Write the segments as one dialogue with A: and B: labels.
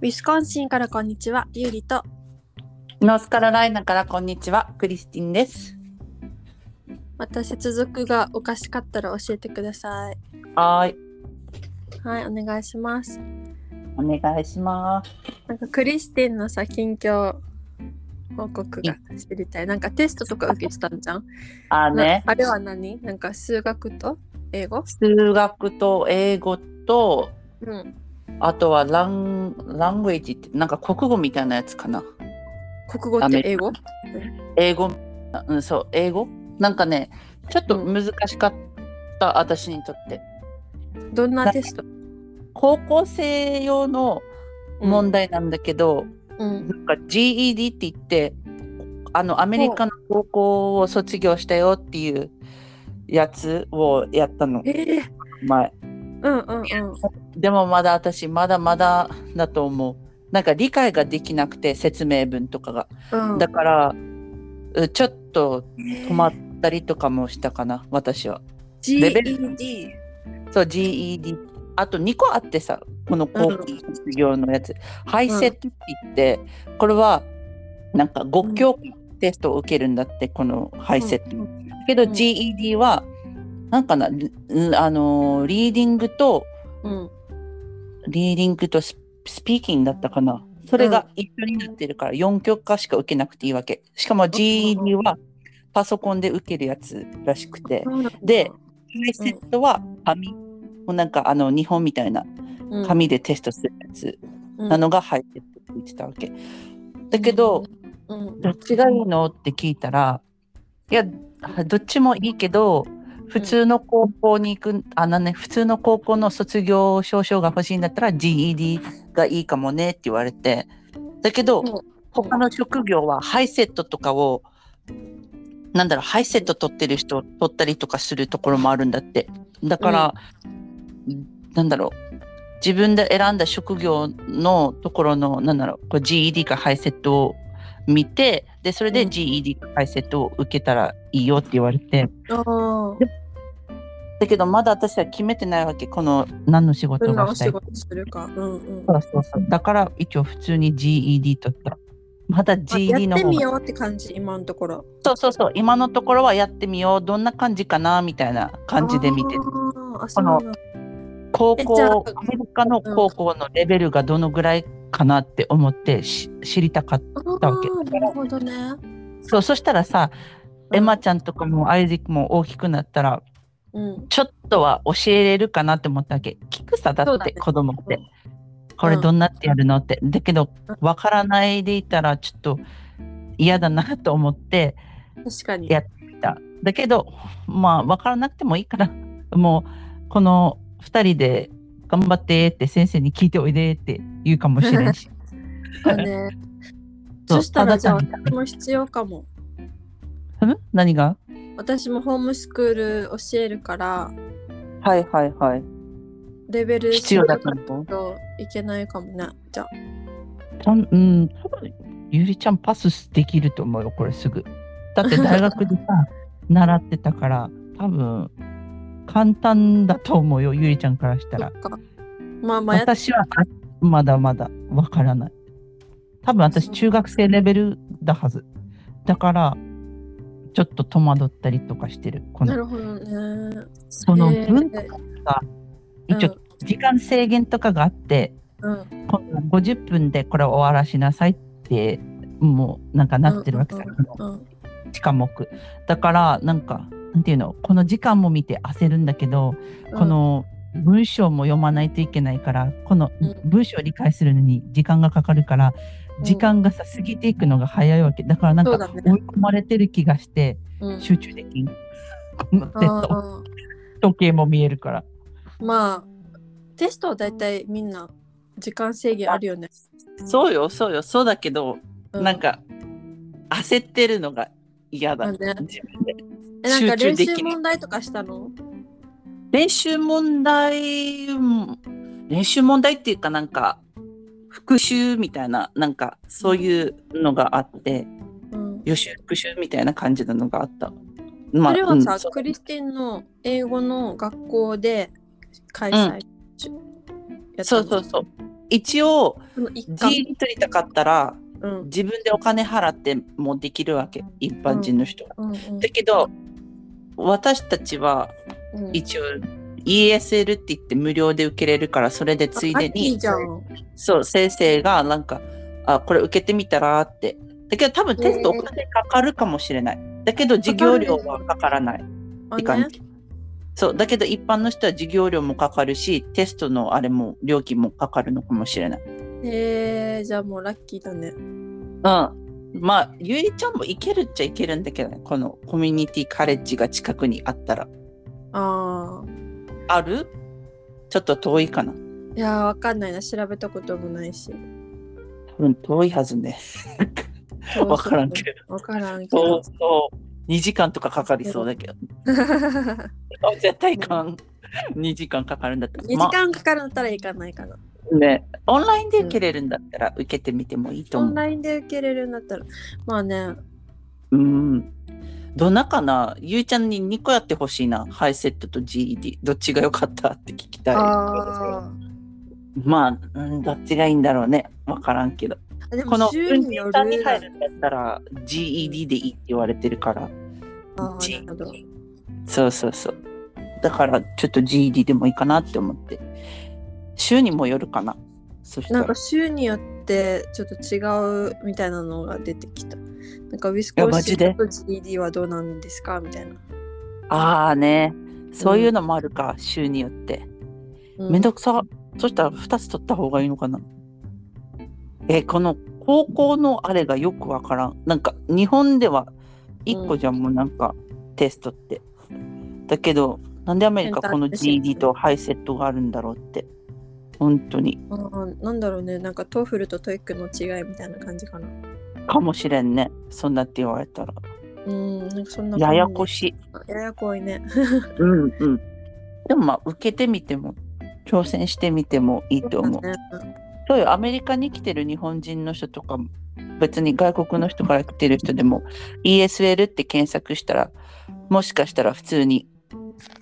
A: ウィスコンシンからこんにちは、ゆりと。
B: ノースカロライナからこんにちは、クリスティンです。
A: また接続がおかしかったら教えてください。
B: はーい、
A: はい、お願いします。
B: お願いします。
A: なんかクリスティンのさ、近況報告が知りたい。なんかテストとか受けてたんじゃん。
B: あーね、
A: なあれは何なんか数学と英語
B: 数学と英語と、
A: うん。
B: あとはラン、ラングエージって、なんか国語みたいなやつかな。
A: 国語
B: ア
A: っ
B: メ
A: て
B: リカ
A: 英語
B: 英語、うん、そう、英語なんかね、ちょっと難しかった、私にとって。
A: どんなテスト
B: 高校生用の問題なんだけど、
A: うん。
B: なんか GED って言って、あのアメリカの高校を卒業したよっていうやつをやったの
A: ええ
B: 前。
A: うんうんうん。
B: でもまだ私まだまだだと思う。なんか理解ができなくて説明文とかが。
A: うん、
B: だからうちょっと止
A: 止
B: まったりとかもしたかな私は。レベル
A: GED。
B: そう GED。あと2個あってさこの高校卒業のやつ。ハイセットって言ってこれはなんか5教科テストを受けるんだってこのハイセット。けど
A: うん
B: GED はなんかな、リあのーリーディングと
A: うん。
B: リーディングとススピーキングだったかなそれが一緒になってるから4教科しか受けなくていいわけしかも GED はパソコンで受けるやつらしくてで、ハイセットは紙もうなんかあの日本みたいな
A: うん、
B: 紙でテストするやつなのがハイセットって言ってたわけだけど
A: うん、うん
B: どっちがいいのって聞いたらいやどっちもいいけど普通の高校に行くあのね普通の高校の卒業証書が欲しいんだったら GED がいいかもねって言われてだけど
A: うん
B: 他の職業はハイセットとかをなんだろうハイセット取ってる人取ったりとかするところもあるんだってだから、なんだろう自分で選んだ職業のところのなんだろうこう GED かハイセットを見てでそれで
A: うん
B: GED かハイセットを受けたらいいよって言われて、
A: ああ。
B: だけどまだ私は決めてないわけこの何の仕
A: ど
B: 事
A: んな
B: が
A: お
B: したい
A: 仕
B: か
A: 事するか。うんうん。
B: そうそうそうだから一応普通に GED 取ったまだ
A: あや
B: GED
A: っ
B: の
A: て
B: 方
A: み
B: が
A: ようって感じ、今のところ。
B: そうそうそう今のところはやってみようどんな感じかなみたいな感じで見てる
A: あーあ、そ
B: こ
A: うな
B: の
A: んだ
B: 高
A: えじゃあ
B: 校アメリカの高校のレベルがどのぐらいかなって思ってし知りたかった
A: あ
B: たわけ
A: ーなるほどね。
B: そうそしたらさ
A: うん
B: エマちゃんとかもアイゼックも大きくなったら
A: うん。
B: ちょっとは教えれるかなって思ったわけ聞くさだ
A: そう
B: っ
A: だ
B: て
A: ね
B: 子供って、
A: うん
B: これどんなってやるのってだけど
A: うん
B: わからないでいたらちょっと嫌だなと思って
A: 確かに。
B: やだだけどまあわからなくてもいいからもうこの2人で頑張ってって先生に聞いておいでって言うかもしれん し
A: そうね。
B: そう
A: そしたら、
B: ただ
A: じゃあ、
B: 単に
A: 私も必要かも。
B: ん何が
A: 私もホームスクール教えるから、
B: はいはいはい
A: レベル
B: 必要だと
A: から
B: 思う
A: といけないかもね。じゃあ、
B: たんうん、多分ゆりちゃんパスできると思うよ、これすぐ。だって大学 でさ、習ってたから、多分簡単だと思うよ、ゆりちゃんからした
A: そ
B: ら
A: っ。か。まあまあやっ、
B: 私はあまだまだわからない。多分私、
A: そう
B: 中学生レベルだはず。だから、ちょっと戸惑ったりとかしてる。こ
A: な
B: の
A: るほどね。
B: その
A: えー
B: 分、一応、時間制限とかがあって、
A: うん
B: この50分でこれを終わらしなさいって、もうなんかなってるわけさ。
A: うんうん
B: しかもくだからなんかなんていうのこの時間も見て焦るんだけど、こ、の文章も読まないといけないからこの
A: うん
B: 文章を理解するのに時間がかかるから、
A: うん
B: 時間がさ過ぎていくのが早いわけだからなん
A: そう
B: か
A: だね
B: 追い込まれてる気がして
A: うんうん
B: 集中できん、このテスト
A: あー
B: 時計も見えるから
A: まあテストは大体みんな時間制限あるよね。
B: そうよそうよそうだけど、
A: う
B: か焦ってるのが嫌
A: だそうね
B: 自分で
A: えなんか練
B: 集中できない
A: 習問題とかしたの
B: 練習問題も練習問題っていうかなんか復習みたいななんかそういうのがあって
A: うん。
B: 予習復習みたいな感じなのがあった。ま
A: それはさ、
B: うんそう
A: クリスティンの英語の学校で開催、
B: そうそうそう一応
A: この一
B: 自
A: 環
B: 由に取りたかったら
A: うん
B: 自分でお金払ってもできるわけ一般人の人は。
A: うんうん
B: だけど私たちは
A: うん
B: 一応 ESL って言って無料で受けれるからそれでついで
A: あいい
B: に
A: じゃん
B: そう先生がなんかあこれ受けてみたらってだけど多分テストお金かかるかもしれないだけど授業料はかからない
A: あ
B: って感
A: ね
B: じ。そうだけど一般の人は授業料もかかるしテストのあれも料金もかかるのかもしれない。
A: へえじゃあもうラッキーだね
B: うん。まあゆりちゃんも行けるっちゃ行けるんだけどねこのコミュニティカレッジが近くにあったら。
A: ああ
B: あるちょっと遠いかな。
A: いやーわかんないな調べたこともないし
B: 多分遠いはずね。 わからんけど。
A: どわからんけ
B: そう
A: ど
B: そう。2時間とかかかりそうだけど。 あ 絶対かん。2時間かかるんだったら。
A: 2時
B: ま
A: 間かかるんだったら行かないかな。
B: あね。オンラインで受けれるんだったら受けてみてもいいと
A: オ
B: 思
A: ン
B: う。
A: ラインで受けれるんだったら。まあね、
B: うん。どんなかなゆいちゃんに2個やってほしいな。ハイセットと GED。どっちが良かったって聞きたい。
A: あ
B: まあ、うん、どっちがいいんだろうね。わからんけど。
A: あ、でも
B: この
A: 週
B: 運
A: によ
B: 転
A: る
B: さんに入るんだったら GED でいいって言われてるから。
A: ああ、
B: G
A: なるほど。
B: そうそうそう。だからちょっと GED でもいいかなって思って。週にもよるかな。そした。
A: なんから週によってちょっと違うみたいなのが出てきた。なんかウィスコ
B: や
A: ン
B: マ
A: シ
B: ジ
A: ンと
B: で
A: GD はどうなんですかみたいな。
B: ああね。そういうのもあるか、週によって。
A: うん
B: めんどくさ。そしたら2つ取った方がいいのかな。え、この高校のあれがよくわからん。なんか日本では1個じゃんもうなんかテストって。だけど、なんでアメリカこの GED とハイセットがあるんだろうって。本当に。
A: あーなんだろうね、なんかトーフルとトイックの違いみたいな感じかな。
B: かもしれんね。そんなって言われたら。
A: うん、なんかそんな
B: ややこ
A: い。
B: しい。
A: ややこいね。
B: うんうん。でもまあ、受けてみても、挑戦してみてもいい と思う。そうよ、アメリカに来てる日本人の人とかも、別に外国の人から来てる人でも、ESL って検索したら、もしかしたら普通に、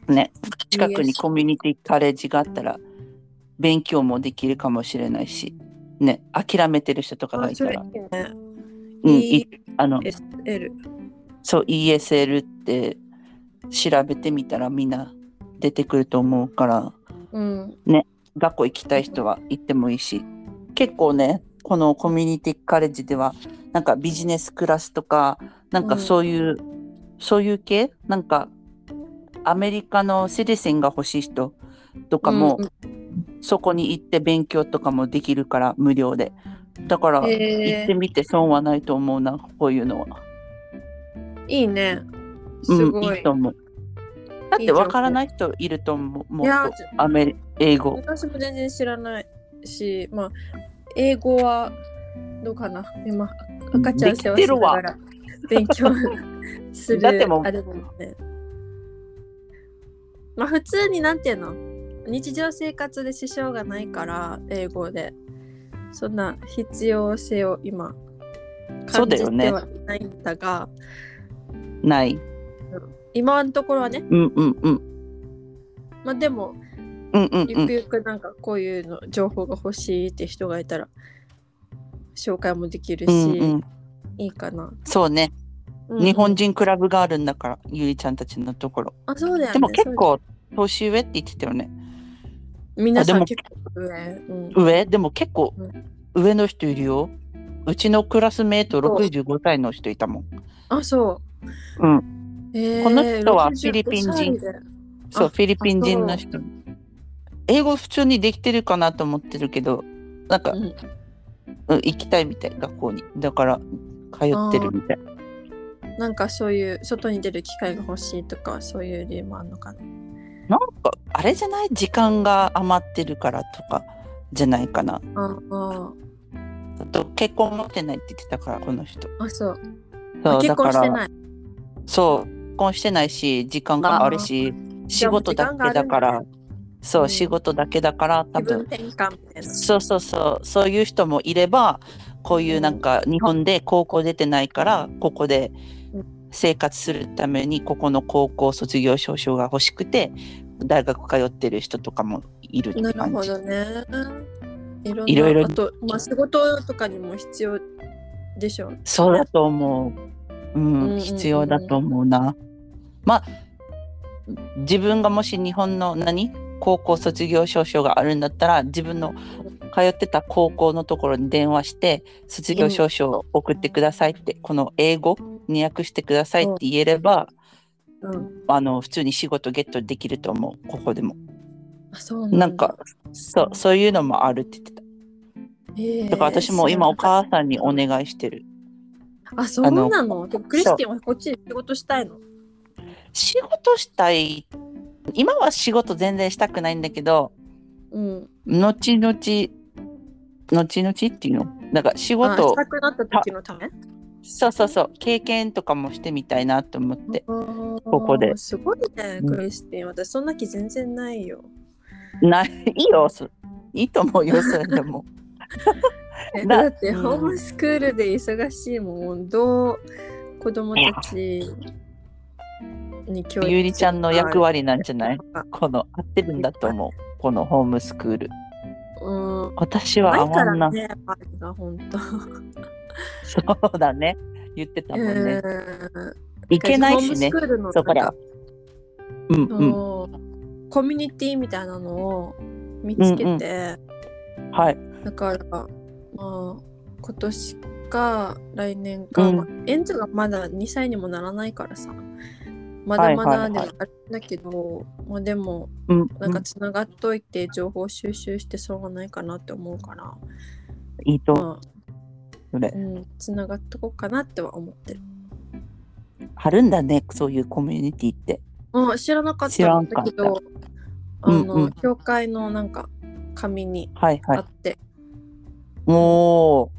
B: ね、近くに
A: ES
B: コミュニティカレッジがあったら、勉強もできるかもしれないし、ね、諦めてる人とかが
A: あ、
B: い
A: そ
B: た
A: れい
B: ら、
A: いね。
B: うん、
A: い
B: いあの、
A: SL。
B: そう ESL って調べてみたらみんな出てくると思うから
A: うん。
B: 学校行きたい人は行ってもいいし結構ねこのコミュニティカレッジではなんかビジネスクラスとかなんかそういう、そういう系なんかアメリカのシリセンが欲しい人とかも、
A: うん
B: そこに行って勉強とかもできるから無料でだから
A: へー
B: 行ってみて損はないと思うなこういうのは。
A: いいね。す
B: う
A: ご
B: ん、い
A: い。
B: いと思う。だっ
A: いい
B: て
A: 情報
B: わからない人いると思う。も
A: いや
B: っとアメリ英語。
A: 私も全然知らないし、まあ、英語はどうかな今、赤ちゃん世話しながら勉強する。
B: だってもう
A: あれだもんね。まあ、普通になんていうの日常生活で支障がないから、英語で。そんな必要性を今、
B: そう
A: 感
B: だ
A: じて
B: よね
A: はいないんだが、
B: ない。
A: 今のところはね、
B: うんうんうん。
A: まあでも、
B: うんうんう
A: ゆ
B: ん
A: く。ゆくなんかこういうの情報が欲しいって人がいたら紹介もできるし、
B: うんうん、
A: いいかな。
B: そうね、
A: うん
B: 日本人クラブがあるんだから、ゆりちゃんたちのところ。
A: あそうだよ、ね、
B: でも結
A: そう
B: 構年上って言ってたよ
A: だ
B: ね。
A: よ皆さ
B: あ
A: ん
B: でも
A: 結構上、うん、
B: 上でも結構
A: う
B: 上の人いるよ。うちのクラスメート
A: そう
B: 65歳の人いたもん。
A: あそうう。
B: ん
A: えー、
B: この人はフィリピン人
A: 65歳で
B: そう、
A: あ
B: フィリピン人の人
A: あ。
B: 英語普通にできてるかなと思ってるけど、なんか、
A: う
B: うんん、行きたいみたい、学校に。だから、通ってるみたい。
A: なんかそういう外に出る機会が欲しいとかそういう理由もあるのかな。
B: なんか、あれじゃない時間が余ってるからとか、じゃないかな。
A: ああ
B: あと、結婚持ってないって言ってたから、この人。
A: あそう
B: そう、
A: 結
B: だ
A: 婚
B: か
A: して
B: ら、
A: ない。
B: そう、結婚してないし、時間があるし、仕事だけだか
A: じゃあもう時間があ
B: ら
A: る、
B: そう、
A: うん
B: 仕事だけだから、多
A: 気分
B: 分、
A: 転換みたいな。
B: そうそうそうそういう人もいればこういうなんか日本で高校出てないからここで
A: う
B: 生活するためにここの高校卒業証書が欲しくて大学通ってる人とかもいるって
A: なる
B: 感
A: ほ
B: じ
A: どね。いろんない
B: ろいろ
A: あと、まあ、仕事とかにも必要でしょう。
B: そうだと思う。うん、
A: うんうん
B: 必要だと思うな。まあ、自分がもし日本の何高校卒業証書があるんだったら、自分の通ってた高校のところに電話して、卒業証書を送ってくださいって、この英語に訳してくださいって言えれば、
A: うん、
B: あの、普通に仕事ゲットできると思う、ここでも。
A: あそうなんだ
B: なんか、そう、そういうのもあるって言ってた。
A: へえ
B: だから私も今お
A: 知らなかっ
B: 母さんにお願いしてる。
A: たあそうなのでクリスティンはこっちで仕事したいの
B: 仕事したい今は仕事全然したくないんだけど
A: うん
B: 後々後々っていうのなんか仕
A: あ
B: 事を
A: したくなった時のため
B: そうそうそう経験とかもしてみたいなと思って
A: こ
B: こです
A: ごいね
B: うん
A: クリスティン私そんな気全然ないよ
B: ないいいよそいいと思うよそれ でも
A: え
B: な
A: だって
B: うん
A: ホームスクールで忙しいもんどう子供たちに教育
B: ゆりちゃんの役割なんじゃない
A: あ
B: この合ってるんだと思うこのホームスクール
A: うん
B: 私は
A: 前
B: 合
A: か
B: わんな、
A: らねあれが本当
B: そうだね言ってたもんね、
A: うん
B: いけない
A: ホー
B: しね
A: ムスクールの
B: そうこらうん
A: そ
B: うん
A: のコミュニティみたいなのを見つけて、
B: うんうんはい
A: だからまあ今年か来年か、
B: うん
A: まあエンズがまだ2歳にもならないからさまだまだではあるんだけど、まあでも
B: うん
A: なんかつながっといて情報収集してそうがないかなって思うから、
B: いいと思う
A: まあ
B: それ
A: うん、つながっとこうかなっては思ってる。
B: あるんだねそういうコミュニティって。
A: もう知らなかっ
B: 知
A: た
B: ら
A: ん
B: ん
A: だ
B: かっ
A: け
B: た
A: どあの、
B: うんうん
A: 教会のなんか紙に
B: はいは
A: あ
B: い。
A: って、
B: もう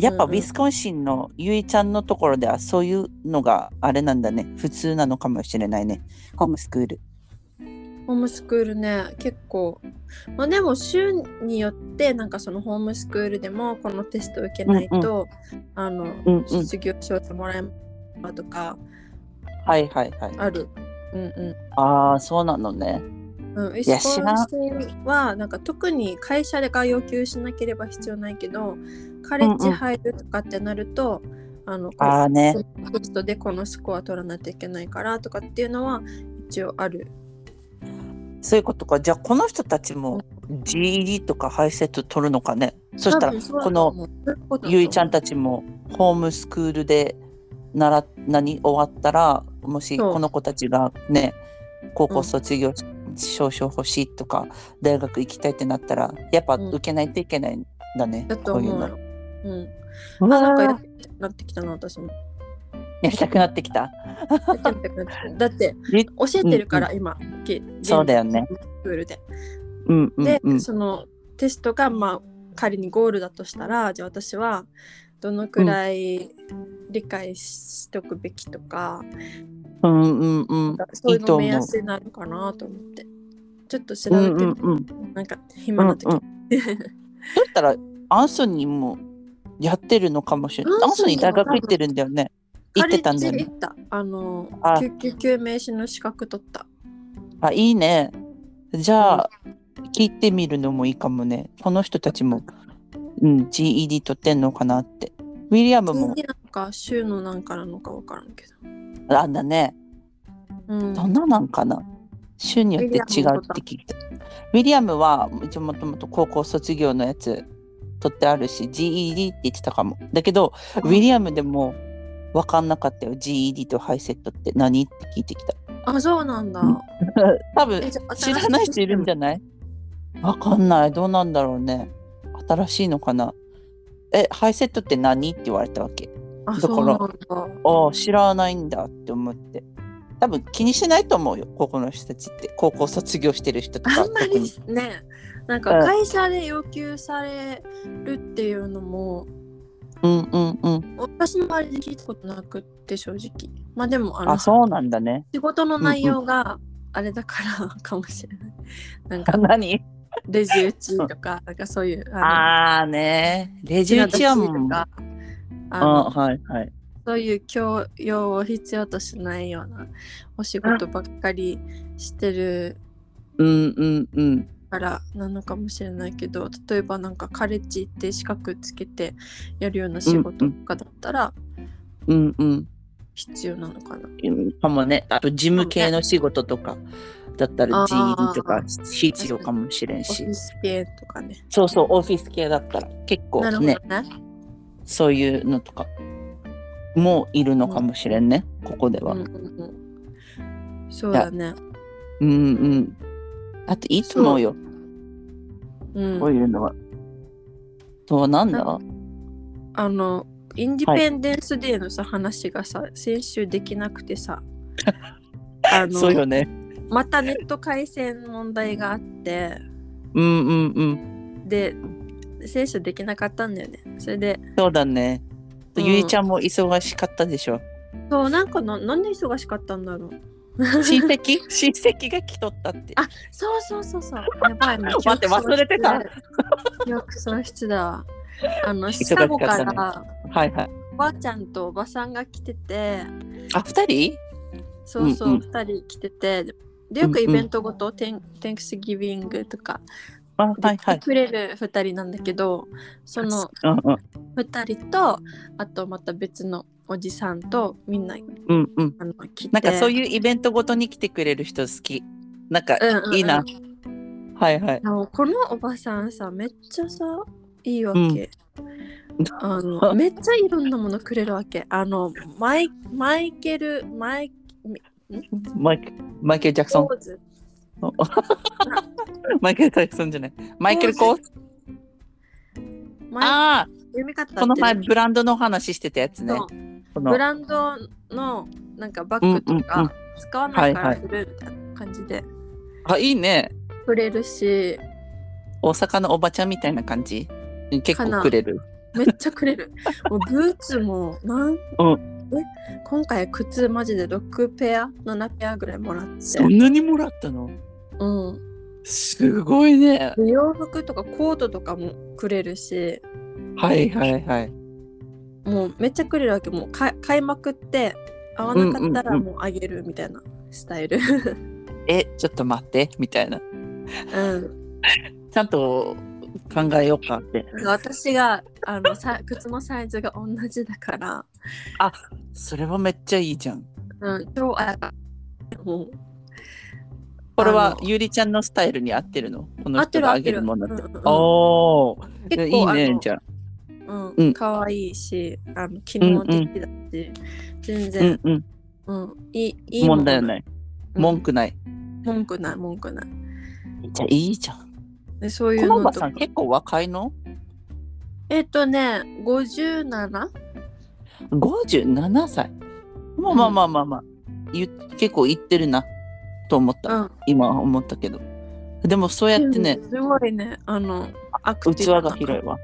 B: やっぱ
A: う
B: ウ
A: んうん
B: ィスコンシンのゆいちゃんのところではそういうのがあれなんだね普通なのかもしれないねホームスクール。
A: ホームスクールね結構まあでも週によってなんかそのホームスクールでもこのテスト受けないと、あの、
B: うんうん
A: 卒業証書もらえますとか
B: はいはいはい。
A: ある。うんう
B: ああそうなのね。
A: んうん、ウィ
B: や
A: ス
B: 知
A: コ
B: らん
A: ンシンはなんか特に会社が要求しなければ必要ないけどカレッジ入るとかってなると、あの
B: ああね。
A: テストでこのスコア取らないといけないからとかっていうのは一応ある。
B: そういうことか。じゃあこの人たちも GED とかハイセット取るのかね。そしたら
A: 多分そうだ
B: ことの
A: 思うそういうことだと思う
B: ゆいちゃんたちもホームスクールで習っ何終わったらもし
A: そう
B: この子たちがね高
A: う
B: 校
A: ん
B: 卒業証書欲しいとか、大学行きたいってなったらやっぱ
A: うん
B: 受けないといけないんだね、
A: だと
B: こうい
A: 思
B: う
A: う
B: の
A: よ。うん
B: うわ
A: あなんかや
B: ー
A: りたくなってきたな私も。
B: やりたくなってきた
A: やってみたくなってきただって
B: え
A: 教えてるから、今き
B: そうだよね
A: 現在スクールで。
B: うんうん
A: で、
B: うん
A: そのテストがまあ仮にゴールだとしたらじゃあ私はどのくらい理解しておくべきとか、
B: うんうんうん
A: そういう
B: いいと
A: の
B: 思う
A: 目安になるかなと思ってちょっと調
B: う
A: べて
B: ん
A: み
B: う
A: て、
B: んうん
A: なんか暇な時、
B: うんそしたらアンソニーもやってるのかもしれないア
A: アン
B: ンソ
A: ソニー
B: ニー
A: は
B: 大学行ってるんだよね行ってたんだよ
A: カレッジ
B: ね
A: 行ったあの
B: あ
A: 救急救命士の資格取った
B: あ、いいね。じゃあ、聞いてみるのもいいかもね。この人たちも、うん、GED 取ってんのかなって。ウィリアムも
A: 次、なのか週のなんかなのか分からんけど、
B: あんだね。
A: うん、
B: どんななんかな州によって違うって聞いた。ウィリアムは、一応もともと高校卒業のやつ取ってあるし、GED って言ってたかも。だけど、ウィリアムでも分かんなかったよ。GED とハイセットって何って聞いてきた。
A: あそうなんだ、
B: うん多分、
A: じゃあ
B: 知らない人いるんじゃないわかんない。どうなんだろうね。新しいのかなえ、ハイセットって何って言われたわけ。
A: あ、
B: だ
A: そ
B: から
A: うなん
B: ああ、知らないんだって思って。多分気にしないと思うよ。ここの人たちって。高校卒業してる人と
A: だ。
B: か。
A: あんま
B: 特
A: り
B: に
A: ね、なん
B: う
A: か
B: ん
A: 会社で要求されるっていうのも、
B: うんうんうん。
A: 私の周りで聞いたことなくって正直。まあでも、あの、
B: あ、
A: 仕
B: そうなん だね。
A: 事の内容があれだからかもしれない。なんか、
B: 何
A: レジ打ちとか、なんかそういう、あ
B: ああね。レ
A: の、
B: ジ打ちは
A: 品
B: も
A: 出しと
B: う。
A: か、あ
B: あ
A: の
B: はいはい。
A: そういう教養を必要としないようなお仕事ばっかりしてる
B: うんうんうん。
A: からなのかもしれないけど例えばなんかカレッジ行って資格つけてやるような仕事とかだったら
B: うんうん
A: 必要なのかな。
B: うんかもね。あと、事務系の仕事とか、だったら
A: あー
B: GED とか必要かもしれん
A: オフ
B: し
A: ィ。ス系とかね。
B: そうそう、オフィス系だったら、結構
A: なるほど
B: ね
A: ね、。
B: そういうのとか、もいるのかもしれんね、ここでは。
A: うんうんうんそうだね。
B: うんうん。あと、いいと思うよ、
A: うん
B: こういうのは。そうなんだ
A: あの、インディペンデンスデーのさ、話がさ、先週できなくて さ、あ
B: そうよ
A: の、
B: ね。
A: またネット回線問題があって、
B: うんうんうん。
A: で、選手できなかったんだよね。それで、
B: そうだね。
A: うん
B: ゆいちゃんも忙しかったでしょ。
A: そう、なんかな、なんで忙しかったんだろう。
B: 親戚親戚が来とったって。
A: あそうそうそうそう。やばい、もう
B: 待って忘れてた。
A: よく喪失だ。あの、
B: し
A: シ
B: かった
A: カ
B: ね
A: ゴから、
B: はいはい。
A: おばあちゃんとおばさんが来てて、
B: あ、二人
A: そうそう、
B: うん
A: 二
B: うん
A: 人来てて、で、よくイベントごと、テン Thanksgiving とか、
B: あ、
A: で
B: はいはい。
A: くれる二人なんだけど、その
B: うんうん
A: 二人と、あとまた別のおじさんと、みんな、
B: うんうん。
A: あの、来て。
B: なんかそう
A: う、
B: いうイベントごとに来てくれる人好き。なんか、
A: うんうんうん
B: いいな。はいはい。
A: あのこのおばさんさめっちゃさいいわけ、あのめっちゃいろんなものくれるわけあのマイマイケルマイ
B: マイケマイケル・ジャク ソン
A: ポ。ーズ
B: マイケル・ジャクソンじゃない。マイケル・コース。
A: マイ
B: ああ、
A: 読み方
B: この前
A: 合って
B: ブランドの話してたやつ
A: る
B: ね。
A: そう
B: こ
A: ブ
B: の
A: ランドのなんかバッグと
B: うんうんうん
A: か使わないか
B: は
A: ら
B: い
A: するみたいな感じで
B: あ、いいね。
A: くれるし、
B: 大阪のおばちゃんみたいな感じ。結
A: か
B: 構
A: な
B: くれる。
A: めっちゃく れるもうブーツもなん、
B: う
A: え今回靴マジで6ペア7ペアぐらいもらって
B: そんなにもらったの
A: うん
B: すごいね。
A: で洋服とかコートとかもくれるし
B: はいはいはい。
A: もうめっちゃくれるわけもうか買いまくって合わなかった
B: うん
A: ら
B: うん
A: もうあげるみたいなスタイル
B: え、ちょっと待って、みたいな。
A: うん
B: ちゃんと考えようかって。
A: 私があのさ靴のサイズが同じだから、
B: それはめっちゃいいじゃん。
A: うん、超あもう
B: これは
A: あの
B: ゆりちゃんのスタイルに合ってるのこ
A: 合
B: の
A: って
B: 人
A: る合
B: があ
A: っ
B: げ
A: てる
B: るものって。
A: うんうん
B: おお、
A: 結
B: い
A: 構
B: い
A: あ
B: ね
A: の、
B: じゃあ。
A: うん
B: うん
A: 可愛いしあの機能的だし、全
B: う
A: 然、
B: んうん。
A: うんいいいいもの
B: 問題ない。
A: うん
B: 文句ない。
A: 文句ない文句ない
B: じゃあいいじゃん。
A: でそうい
B: こ
A: う
B: のお
A: の
B: ば
A: と
B: さ
A: か
B: ん結構若いの
A: えっとね 57?
B: ?57 歳。まあまあまあまあまあ。言結構言ってるな。と思った。
A: うん
B: 今思ったけど。でもそうやってね、
A: すごいね、あの、アクティ
B: 器
A: ブな
B: が広いわ。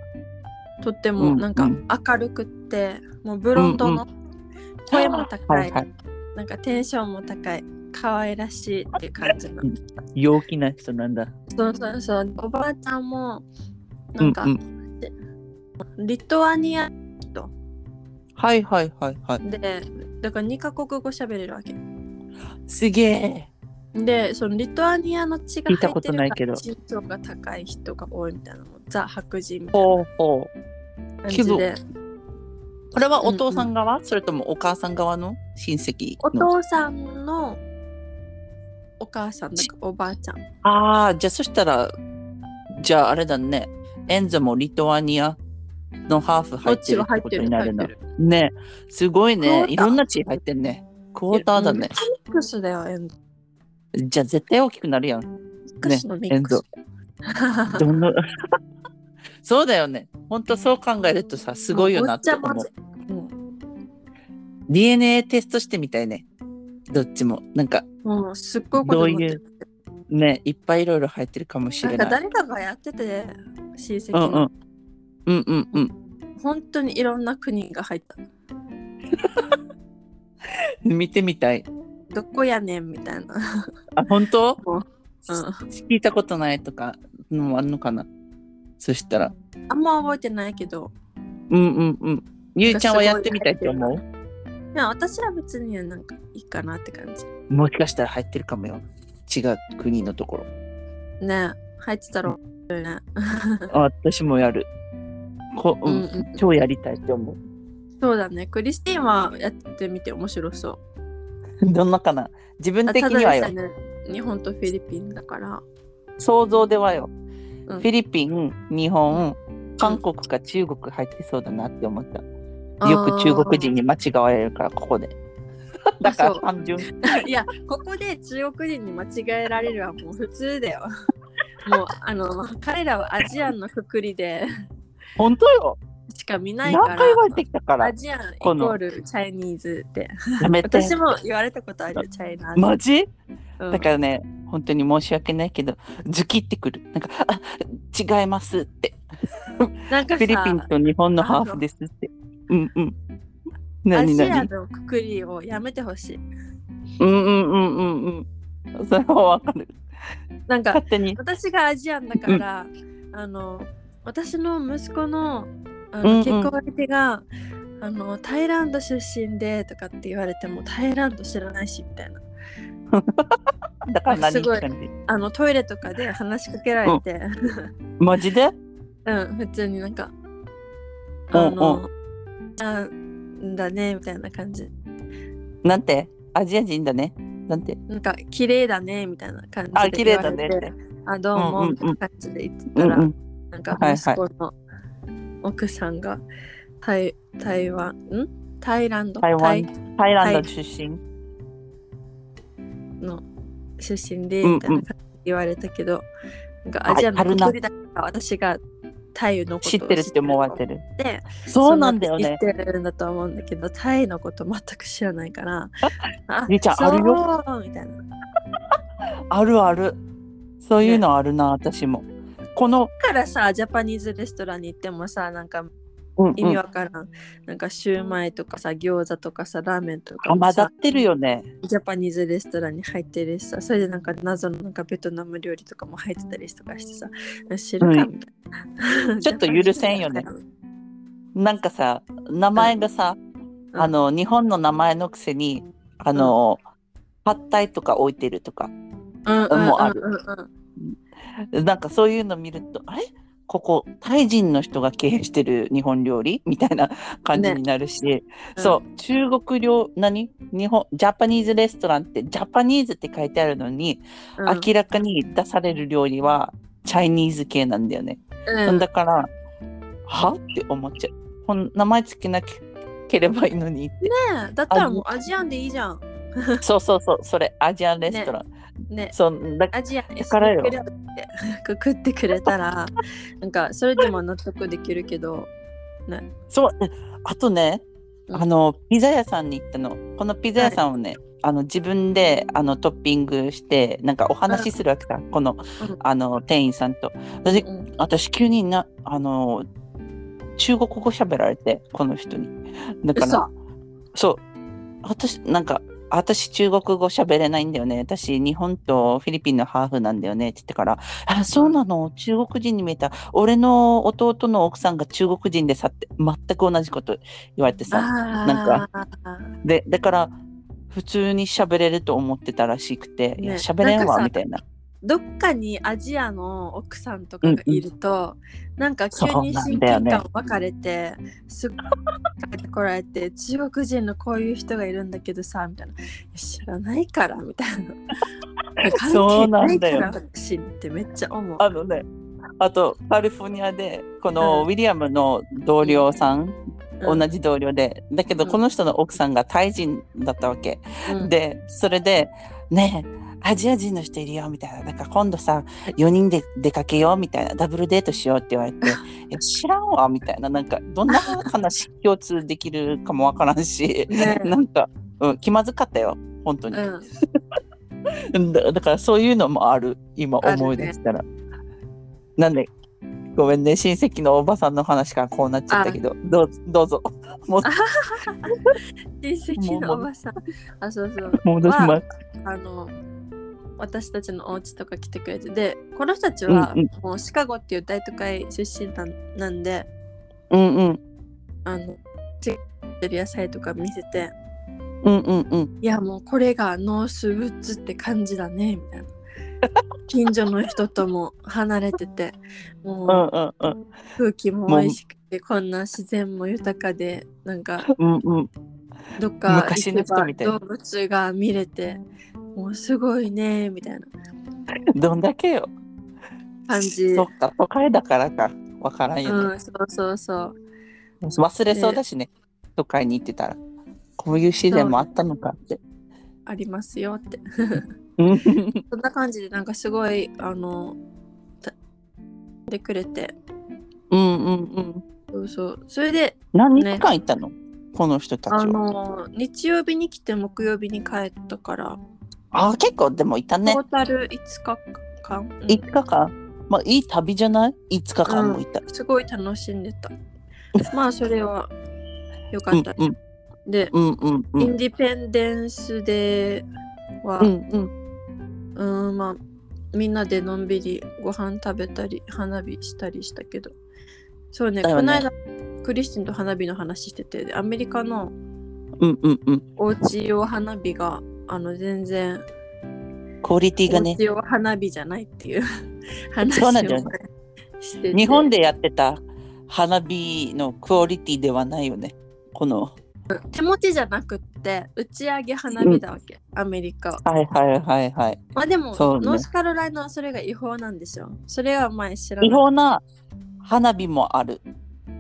A: とって
B: う
A: も
B: ん
A: なんか
B: うん
A: 明るくって、もうブロンドの声も高い、
B: はいはい。
A: なんかテンションも高い、可愛らしいっていう感じの
B: う。ん陽気な人なんだ。
A: そうそうそう、おばあちゃんも、なんか、
B: うう
A: リトアニア
B: はいはいはいはい。
A: で、だから2カ国語喋れるわけ。
B: すげえ。
A: で、そのリトアニアの血が
B: 聞いた
A: 入
B: こ
A: って
B: と
A: る
B: ない
A: か
B: けど
A: ら身長が高い人が多いみたいなの、ザ白人みたい
B: ほうほう。
A: な感じで。
B: これはお父さん側、それともお母さん側の親戚
A: お
B: の
A: 父さんのお母さんだからおばあちゃん。
B: ああ、じゃあそしたら、じゃああれだね。エンゾもリトアニアのハーフ入
A: こっ
B: って
A: ち
B: る
A: は
B: って
A: 入っ
B: こと
A: て
B: に
A: る。
B: な
A: 入
B: る
A: っ
B: な
A: て。る。
B: ねすごい
A: クォー
B: ね。
A: ター
B: いろんな血入ってるね。クォーターだね。
A: ミックスだよ、エンド。
B: じゃあ絶対大きくなるやん。
A: ミックスのミックス。
B: どんな そうだよね。ほんとそう考えるとさ、すごいよなって思
A: ごっ
B: う
A: ち。ゃ混ぜ
B: DNA テストしてみたいね。どっちも。なんか
A: うん、 もうすっごいことになってる
B: ね、いっぱいいろいろ入ってるかもし
A: な
B: れ
A: んか
B: ない。
A: 誰かがやってて、親戚
B: うんう
A: の
B: ん。うんうんうん
A: 本当にいろんな国が入った。
B: 見てみたい。
A: どこやねんみたいな。
B: あ、本当
A: うん
B: 聞いたことないとかのもあるのかなそしたら。
A: あんま覚えてないけど、
B: うんうんうん。ゆいちゃんはやってみたいと思う
A: いや私は別になんかいいかなって感じ。
B: もしかしたら入ってるかもよ。違う国のところ。
A: ね入ってたら面白いね。
B: あ 私もやる。こう、
A: うんん
B: 超やりたいって思う。
A: そうだね。クリスティーンはやってみて面白そう。
B: どんなかな自分
A: あ
B: 的にはよ
A: ただ。でさえね日本とフィリピンだから。
B: 想像ではよ、
A: うん
B: フィリピン日本韓国か中国入ってそうだなって思った、よく中国人に間違われるからここでだか
A: そ
B: ら
A: う
B: 単純
A: あー。い や、ここで中国人に間違えられるはもう普通だよ。 もうあの、まあ彼らはアジアンのくくりで
B: 本当よ
A: しか見ない
B: 何
A: から。
B: 回言われてきたか
A: ア
B: ら
A: ジアンイコ
B: この
A: ールチャイニーズって。
B: やめて
A: 私も言われたことある、チャイナーズ。
B: マジ
A: うん
B: だからね本当に申し訳ないけどズキってくるなんか「あ違います」って
A: なんか
B: フ
A: さ
B: ィリピンと日本のハーフですってうんうん何
A: アジア
B: 何
A: のくくりをやめてほしい。
B: うんうんうんうんうんそれはわかる
A: なんか
B: 勝手に
A: 私がアジアンだから、あの私の息子のあの、
B: うんうん
A: 結婚相手があのタイランド出身でとかって言われてもタイランド知らないしみたいな
B: だから何
A: すごい
B: って感じ
A: あのトイレとかで話しかけられて、
B: マジで
A: うん普通になんか
B: うん
A: あの、なんだねみたいな感じ
B: なんてアジア人だね。なんて
A: なんか綺麗だねみたいな感じ
B: あ、
A: で
B: 綺
A: 言
B: 麗
A: わ
B: だ
A: れて
B: ねって。
A: あどうも、
B: うんうんうん
A: みたいな感じで言って
B: う
A: た
B: ん
A: ら、
B: うん。
A: なんか
B: はいは
A: 息
B: い
A: 子の奥さんが台台湾んタイランド
B: 台湾、タイラン
A: は
B: ド
A: い
B: 出身。
A: の出身で
B: うんうん
A: みたいな感じで言われたけど、なんか
B: あ
A: アジア
B: ある
A: の
B: な
A: 国だから私がタイのことを
B: 知ってるって思われてる。
A: で
B: そうなんだよね。
A: 知ってるんだと思うんだけどタイのこと全く知らないから あ
B: りーちゃんあるよ
A: そうみたいなだ
B: あるある。そういうのあるな、私も。この、
A: からさジャパニーズレストランに行ってもさなんか
B: うん
A: 意
B: う
A: 味
B: ん。
A: わからん、なんかシューマイとかさ餃子とかさラーメンとか
B: あ、
A: も
B: 混ざ
A: さ
B: ってるよね。
A: ジャパニーズレストランに入ってるしさ、それでなんか謎のなんかベトナム料理とかも入ってたりとかしてさ、知るかみたいな。
B: ちょっと許せんよねなんかさ、名前がさ、
A: うん
B: あの、日本の名前のくせに、あの、パッタイとか置いてるとか、
A: うんうんうんうんうん。
B: もうあるなんかそういうの見ると、あれここ、タイ人の人が経営してる日本料理みたいな感じになるし、そう、中国料、何日本、ジャパニーズレストランって、ジャパニーズって書いてあるのに、
A: うん。
B: 明らかに出される料理は、チャイニーズ系なんだよね。
A: うん
B: だから、はって思っちゃう。こん名前つけなければいいの にって。
A: ねえだったらもうアジアンでいいじゃん。
B: そうそうそう、それ、アジアンレストラン。
A: ね
B: そう、だ
A: アジアン
B: だからよ
A: エスニック料理ってくくってくれたら、なんかそれでも納得できるけ ど、
B: そう、あとね、
A: うん
B: あの、ピザ屋さんに行ったの。このピザ屋さんをね、あの自分であのトッピングして、なんかお話しするわけさ、この
A: うん
B: あの店員さんと。私
A: うん
B: 私急になあの中国語喋られてこの人にだからそう私なんか私中国語喋れないんだよね私日本とフィリピンのハーフなんだよねって言ってから「あそうなの中国人に見えた俺の弟の奥さんが中国人でさ」って全く同じこと言われてさ
A: あ
B: な
A: あ
B: でだから普通に喋れると思ってたらしくて「いや
A: ね
B: 喋れん
A: なんか
B: わ」
A: さ
B: みたいな
A: どっかにアジアの奥さんとかがいると、なんか急に
B: そ
A: 親
B: うなんだよ
A: 近
B: ね
A: 感分かれて、すっごい帰ってこられて中国人のこういう人がいるんだけどさみたいないや知らないからみたい な関
B: そ
A: 係
B: うな
A: なんい
B: だ
A: か
B: よ
A: ら私ってめっちゃ思う
B: あのね、あとカリフォルニアでこの
A: う
B: ウィリアムの同僚さん、
A: うん
B: 同じ同僚でだけど
A: うん
B: この人の奥さんがタイ人だったわけ、
A: うん
B: でそれで「ねえアジア人の人いるよ」みたいな「なんか今度さ4人で出かけよう」みたいな「ダブルデートしよう」って言われて「いや知らんわ」みたいななんかどんな話共通できるかもわからんし、
A: ね
B: なんか、うん、気まずかったよ本当に。
A: うん
B: だだからそういうのもある今
A: あるね
B: 思い出したら、なんでごめんね親戚のおばさんの話からこうなっちゃったけどどうどうぞも
A: 親戚のおばさんあそうそう
B: 戻します、
A: あの私たちのお家とか来てくれてでこの人たちは
B: うん
A: もうシカゴっていう大都会出身なんなんで、
B: うんうん
A: あの違ってる野菜とか見せて
B: うんうんうん
A: いやもうこれがノースウッズって感じだねみたいな近所の人とも離れてて
B: う
A: も
B: んうんうん
A: う空気も美味しくてこんな自然も豊かでなん か
B: うんうん
A: どっか
B: 昔の
A: 行け
B: 人
A: ば
B: みたいな
A: 動物が見れてもうすごいねみたいな
B: どんだけよ
A: 感じ
B: そっか都会だからかわからんよ
A: う
B: ね、
A: んそうそうそう
B: 忘れそうだしね都会に行ってたらこういう自然もあったのかって
A: ありますよって
B: うん
A: そんな感じでなんかすごいあのたでくれて
B: うんうん
A: そうそうそれで
B: 何日間行ったの、この人たちは
A: あの日曜日に来て木曜日に帰ったから、
B: あ結構でもいた
A: ト
B: ね
A: ータル5日間、うん
B: 5日間まあいい旅じゃない ?5 日間もいた、
A: すごい楽しんでたまあそれはよか
B: う
A: っ
B: ん
A: た、
B: うん
A: で、
B: うんうんう
A: イ
B: ん
A: ンディペンデンスデーは、
B: う
A: うん
B: んうん
A: まあみんなでのんびりご飯食べたり花火したりしたけどそうね
B: だよね
A: この間クリスティンと花火の話しててでアメリカの
B: うんうんうん
A: お家用花火があの全然
B: クオリティがね
A: 一応花火じゃないっていう 話
B: そう
A: を
B: なんだよね
A: してて
B: 日本でやってた花火のクオリティではないよねこの
A: 手持ちじゃなくって打ち上げ花火だわけ、アメリカは
B: はいはいはいはい
A: まあでも、
B: そうね
A: ノースカロライナはそれが違法なんでしょそれは前知らな
B: 違
A: い
B: 法な花火もある、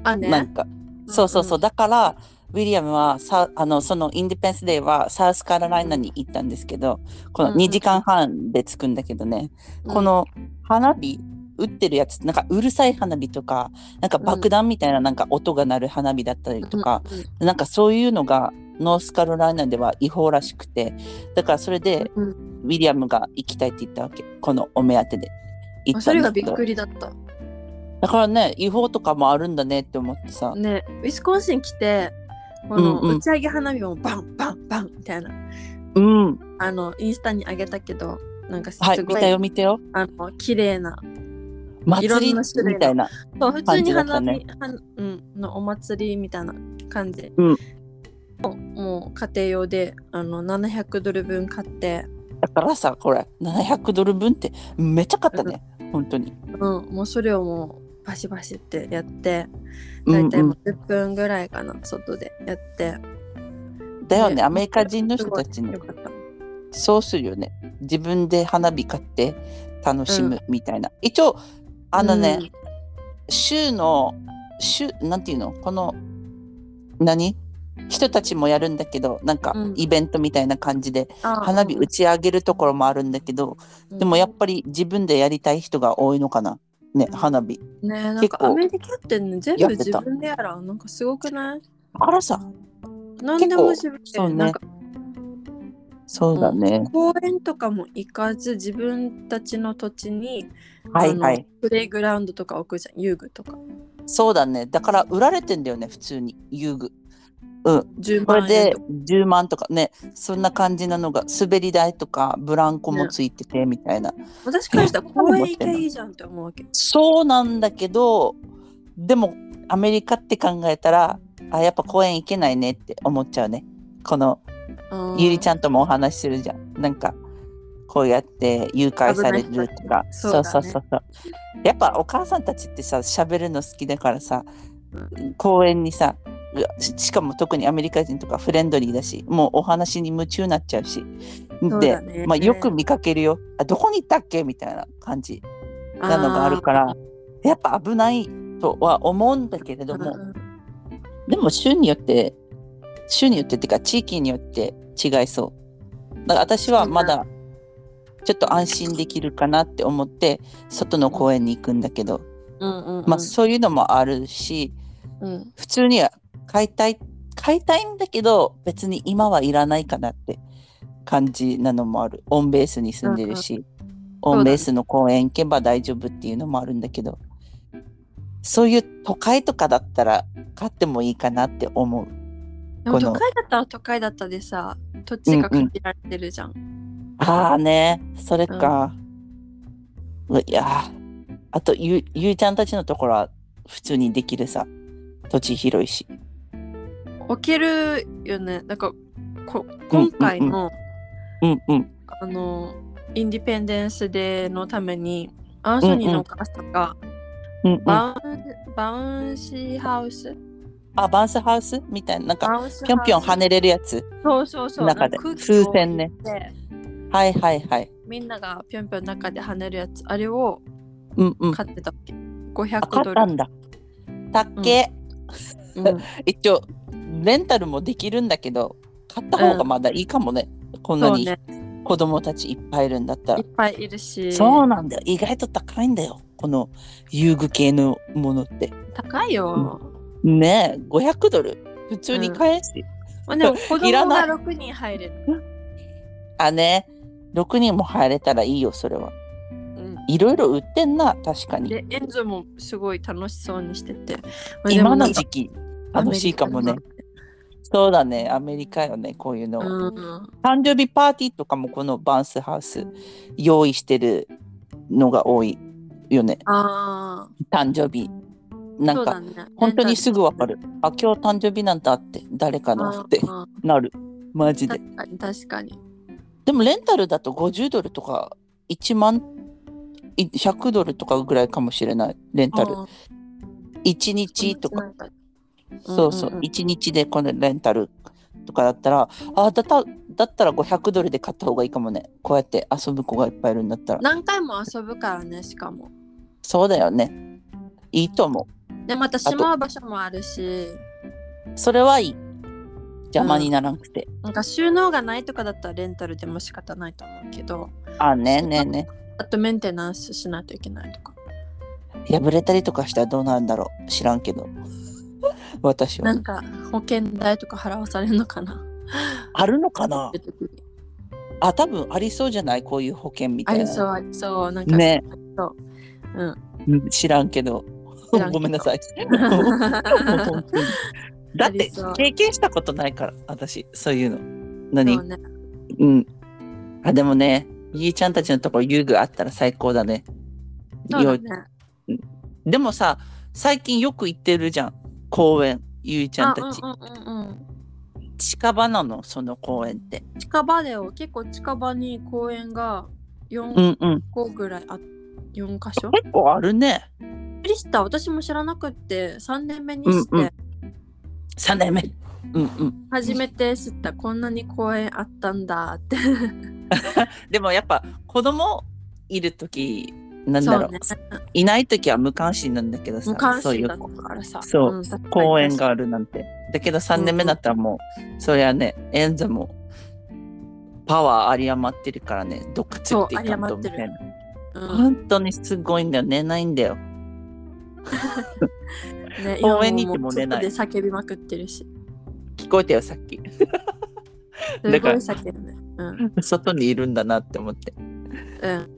A: あ
B: な
A: ね
B: んかそうそうそう、
A: ん
B: だからウィリアムはさあのそのインディペンスデーはサウスカロライナに行ったんですけどこ
A: う
B: の
A: んうん
B: 2時間半で着くんだけどね、
A: うん
B: この花火打ってるやつなんかうるさい花火とかなんか爆弾みたいななんか音が鳴る花火だったりとか、なんかそういうのがノースカロライナでは違法らしくてだからそれで
A: うん
B: ウィリアムが行きたいって言ったわけこのお目当てで
A: あ
B: 行った
A: そ
B: ん
A: れ
B: だ
A: が
B: け
A: びっ
B: ど
A: くりだった
B: だからね違法とかもあるんだねって思ってさ、
A: ねウィスコンシン来てこの、
B: うんうん
A: 打ち上げ花火もバンバンバンみたいな
B: うん
A: あのインスタに上げたけどなんかす
B: はい見
A: ごい、
B: たよ見たよ
A: あの綺麗な
B: 祭り
A: いろんな種類の
B: みたいな。
A: そう普通に
B: 感じだった
A: 花火、
B: ね
A: はんうん、のお祭りみたいな感じ、
B: うん
A: もうもう家庭用であの700ドル分買って、
B: だからさ、これ、700ドル分ってめちゃかったね、本当に。
A: うん、もうそれをもうバシバシってやって
B: う
A: 大
B: ん
A: 体
B: う
A: も
B: ん、
A: う10分ぐらいかな、外でやって
B: だよね、
A: ね
B: アメリカ人の人たち
A: すごい
B: に
A: よ。かった
B: そうするよね。自分で花火買って楽しむみたいな。一応、あのね、
A: うん
B: 州の、州、なんていうの、この、何人たちもやるんだけど、なんか
A: うん
B: イベントみたいな感じで、
A: あ
B: 花火打ち上げるところもあるんだけど、
A: うん
B: でもやっぱり自分でやりたい人が多いのかな。ね、花
A: ね
B: 火。
A: えなん
B: 結
A: か
B: 構
A: アメリカって、ね、全
B: や
A: 部
B: ってた
A: 自分でやらんなんかすごくない
B: だからさ、
A: 何でも自分で、
B: そうね
A: なんか
B: そうだね。
A: 公園とかも行かず自分たちの土地に
B: はいは
A: あの
B: い。
A: プレイグラウンドとか置くじゃん遊具とか
B: そうだね。だから売られてんだよね、普通に遊具。うん。
A: 10
B: これ
A: 万円
B: で
A: とか
B: 10万とかね、そんな感じなのが、滑り台とかブランコもついててみたいな。
A: 私からしたら公園行けばいいじゃんって思うわけ
B: そうなんだけど、でもアメリカって考えたら、あ、やっぱ公園行けないねって思っちゃうね。このゆりち
A: ゃん
B: ゃんともお話しするじゃん。なんか、こうやって誘拐されるとか。
A: 危
B: そ
A: ない人たち
B: うそうそうそう。やっぱお母さんたちってさ、喋るの好きだからさ、公園にさ、うわししかも特にアメリカ人とかフレンドリーだし、もうお話に夢中になっちゃうし。
A: そう
B: で
A: だ、ね
B: まあ、よく見かけるよ。あ、どこに行ったっけみたいな感じなのがあるから、やっぱ危ないとは思うんだけれども、でも州によって、州によってっていうか地域によって違いそう。だから私はまだちょっと安心できるかなって思って、外の公園に行くんだけど、
A: うんうんうん
B: まあそういうのもあるし、
A: うん
B: 普通には買いたい、買いたいんだけど、別に今はいらないかなって感じなのもある。オンベースに住んでるし、
A: ん
B: オンベースの公園行けば大丈夫っていうのもあるんだけど、そういう都会とかだったら買ってもいいかなって思う。
A: でも
B: この
A: 都会だったら都会だったでさ土地が限られてるじゃん、
B: ああね、それか。ういやーあとゆ、ゆいちゃんたちのところは普通にできるさ。土地広いし。
A: 置けるよねなんかこ今回の、
B: うんうん。
A: あのインディペンデンスデーのためにアンソニーのお母さんが
B: うんうん、あ
A: バウン、バウンシーハウス
B: バウンスハウスみたいななんか
A: バウンスハウス
B: ぴょんぴょん跳ねれるやつ
A: そうそうそう
B: 中で
A: なんか
B: 風船ね
A: 空気を置いて
B: はいはいはい
A: みんながぴょんぴょん中で跳ねるやつあれを
B: うんうん
A: 買ってたっけ
B: あ
A: 500
B: 買
A: ド
B: った
A: ル
B: んだたっけ、
A: うん
B: 一応レンタルもできるんだけど買った方がまだいいかもね、こんな
A: そう
B: に
A: ね
B: 子供たちいっぱいいるんだったら
A: いっぱいいるし
B: そうなんだよ意外と高いんだよこの遊具系のものって
A: 高いよ、
B: ねえ500ドル普通に買えし、
A: まあ、でも子供
B: いらな
A: が
B: い
A: 6人入れる、
B: あね6人も入れたらいいよそれは
A: うん
B: いろいろ売ってんな確かに
A: でエンゾもすごい楽しそうにしてて、まあでも
B: 今
A: な
B: の
A: んか
B: 時期楽しいかもね
A: アメリ
B: そうだねアメリカよねこういうの、
A: カのうん
B: 誕生日パーティーとかもこのバウンスハウス用意してるのが多いよね
A: ああ
B: 誕生日な
A: そ
B: ん
A: う
B: か、
A: だね
B: 本当にすぐわかるあ今日誕生日なんだって誰か
A: あ
B: の
A: ー
B: って
A: あ
B: なるマジ
A: ー
B: で
A: 確かに確かに
B: でもレンタルだと50ドルとか1万い100ドルとかぐらいかもしれないレンタル
A: あー
B: 1日とか
A: うん
B: そうそう
A: うんうん
B: 1日でこのレンタルとかだったらあだっただったら500ドルで買った方がいいかもねこうやって遊ぶ子がいっぱいいるんだったら
A: 何回も遊ぶからねしかも
B: そうだよねいいと思
A: でまた
B: と
A: しまう場所もあるし
B: うそれはいい邪魔にならなくて、
A: なんか収納がないとかだったらレンタルでも仕方ないと思うけど
B: あねえねえね
A: あとメンテナンスしないといけないとか
B: え破れたりとかしたらどうなるんだろう知らんけど私
A: な
B: は
A: んか保険代とか払わされるのか な
B: あるのかな
A: って時に
B: あ多分ありそうじゃないこういう保険みた
A: あ
B: いな
A: りそうありそうなんか
B: ね
A: そううん
B: うん知らんけど
A: 知らんけど
B: ごめんな さい本当にだっ
A: あ
B: て
A: りそう
B: 経験したことないから私そういうの何
A: そう
B: う,、
A: ね
B: んあでもねゆいちゃんたちのところ遊具あったら最高だね
A: そうだ
B: よ
A: ね
B: でもさ最近よく行ってるじゃん公園ゆいちゃんたち、
A: あうんうんうんうん
B: 近場なのその公園って
A: 近場だよ結構近場に公園が
B: う
A: 4
B: んうん
A: 個ぐらいあ4箇所
B: 結構あるね
A: びっくりした私も知らなくって3年目にして、
B: うんうん3年目うんうん
A: 初めて知ったこんなに公園あったんだって
B: でもやっぱ子供いる時なんだろう
A: そうね
B: いない時は無関心なんだけどさ
A: 無関
B: そうい
A: 心
B: う
A: だったからさ
B: そうん
A: 確かに
B: 公園があるなんてだけど3年目だったらもう、そりゃねエンザもパワー有り余ってるからねどっかついていかんとみたいな
A: うん
B: 本当にすごいんだよ寝ないんだよ
A: ね
B: 公園に行っても寝
A: 今もう
B: ない
A: 外で叫びまくってるし
B: 聞こえたよさっき
A: すごい
B: だから
A: 叫ぶねうん
B: 外にいるんだなって思って
A: うん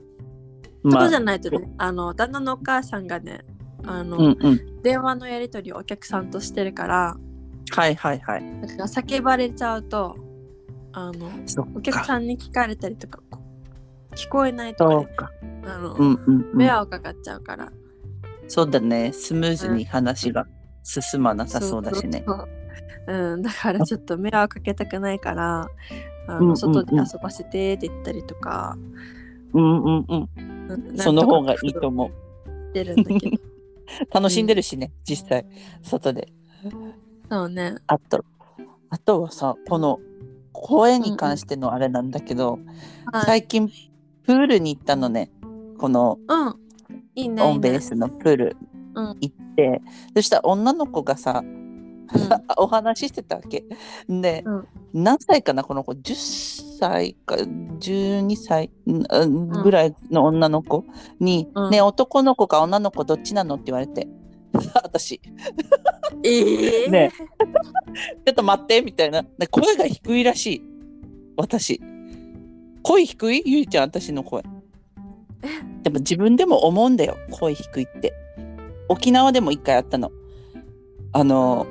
B: ま
A: そ
B: あ
A: うじゃないとねあの旦那のお母さんがねあの、
B: うんうん
A: 電話のやり取りをお客さんとしてるから
B: はいはいはい
A: だから叫ばれちゃうとあの
B: そっか
A: お客さんに聞かれたりとかこう聞こえないとか
B: そ
A: ね
B: うか
A: あの、
B: うんうん、う
A: 迷
B: ん、
A: 惑かかっちゃうから、
B: そうだねスムーズに話が進まなさそうだしね
A: そうそうそううん、だからちょっと迷惑かけたくないからあの、
B: うんうんうん
A: 外で遊ばせてって言ったりとか、
B: うんうんうん
A: うん
B: その方がいいと思う
A: なんとか工夫してるんだけど
B: 楽しんでるしね、実際外で
A: そうね
B: あとあとはさこの公園に関してのあれなんだけど、
A: はい、
B: 最近プールに行ったのねこの
A: うんいいねい
B: オ
A: い
B: ンベ
A: ね
B: ースのプール
A: うん
B: 行って、そしたら女の子がさ、お話ししてたわけで、
A: うん
B: 何歳かなこの子10歳か12歳んうんぐらいの女の子に「
A: うん
B: ね男の子か女の子どっちなの?」って言われて 私
A: ええ
B: ねちょっと待って、みたいな。で声が低いらしい。私。声低いゆいちゃん、私の声。でも自分でも思うんだよ。声低いって。沖縄でも一回あったの。あの、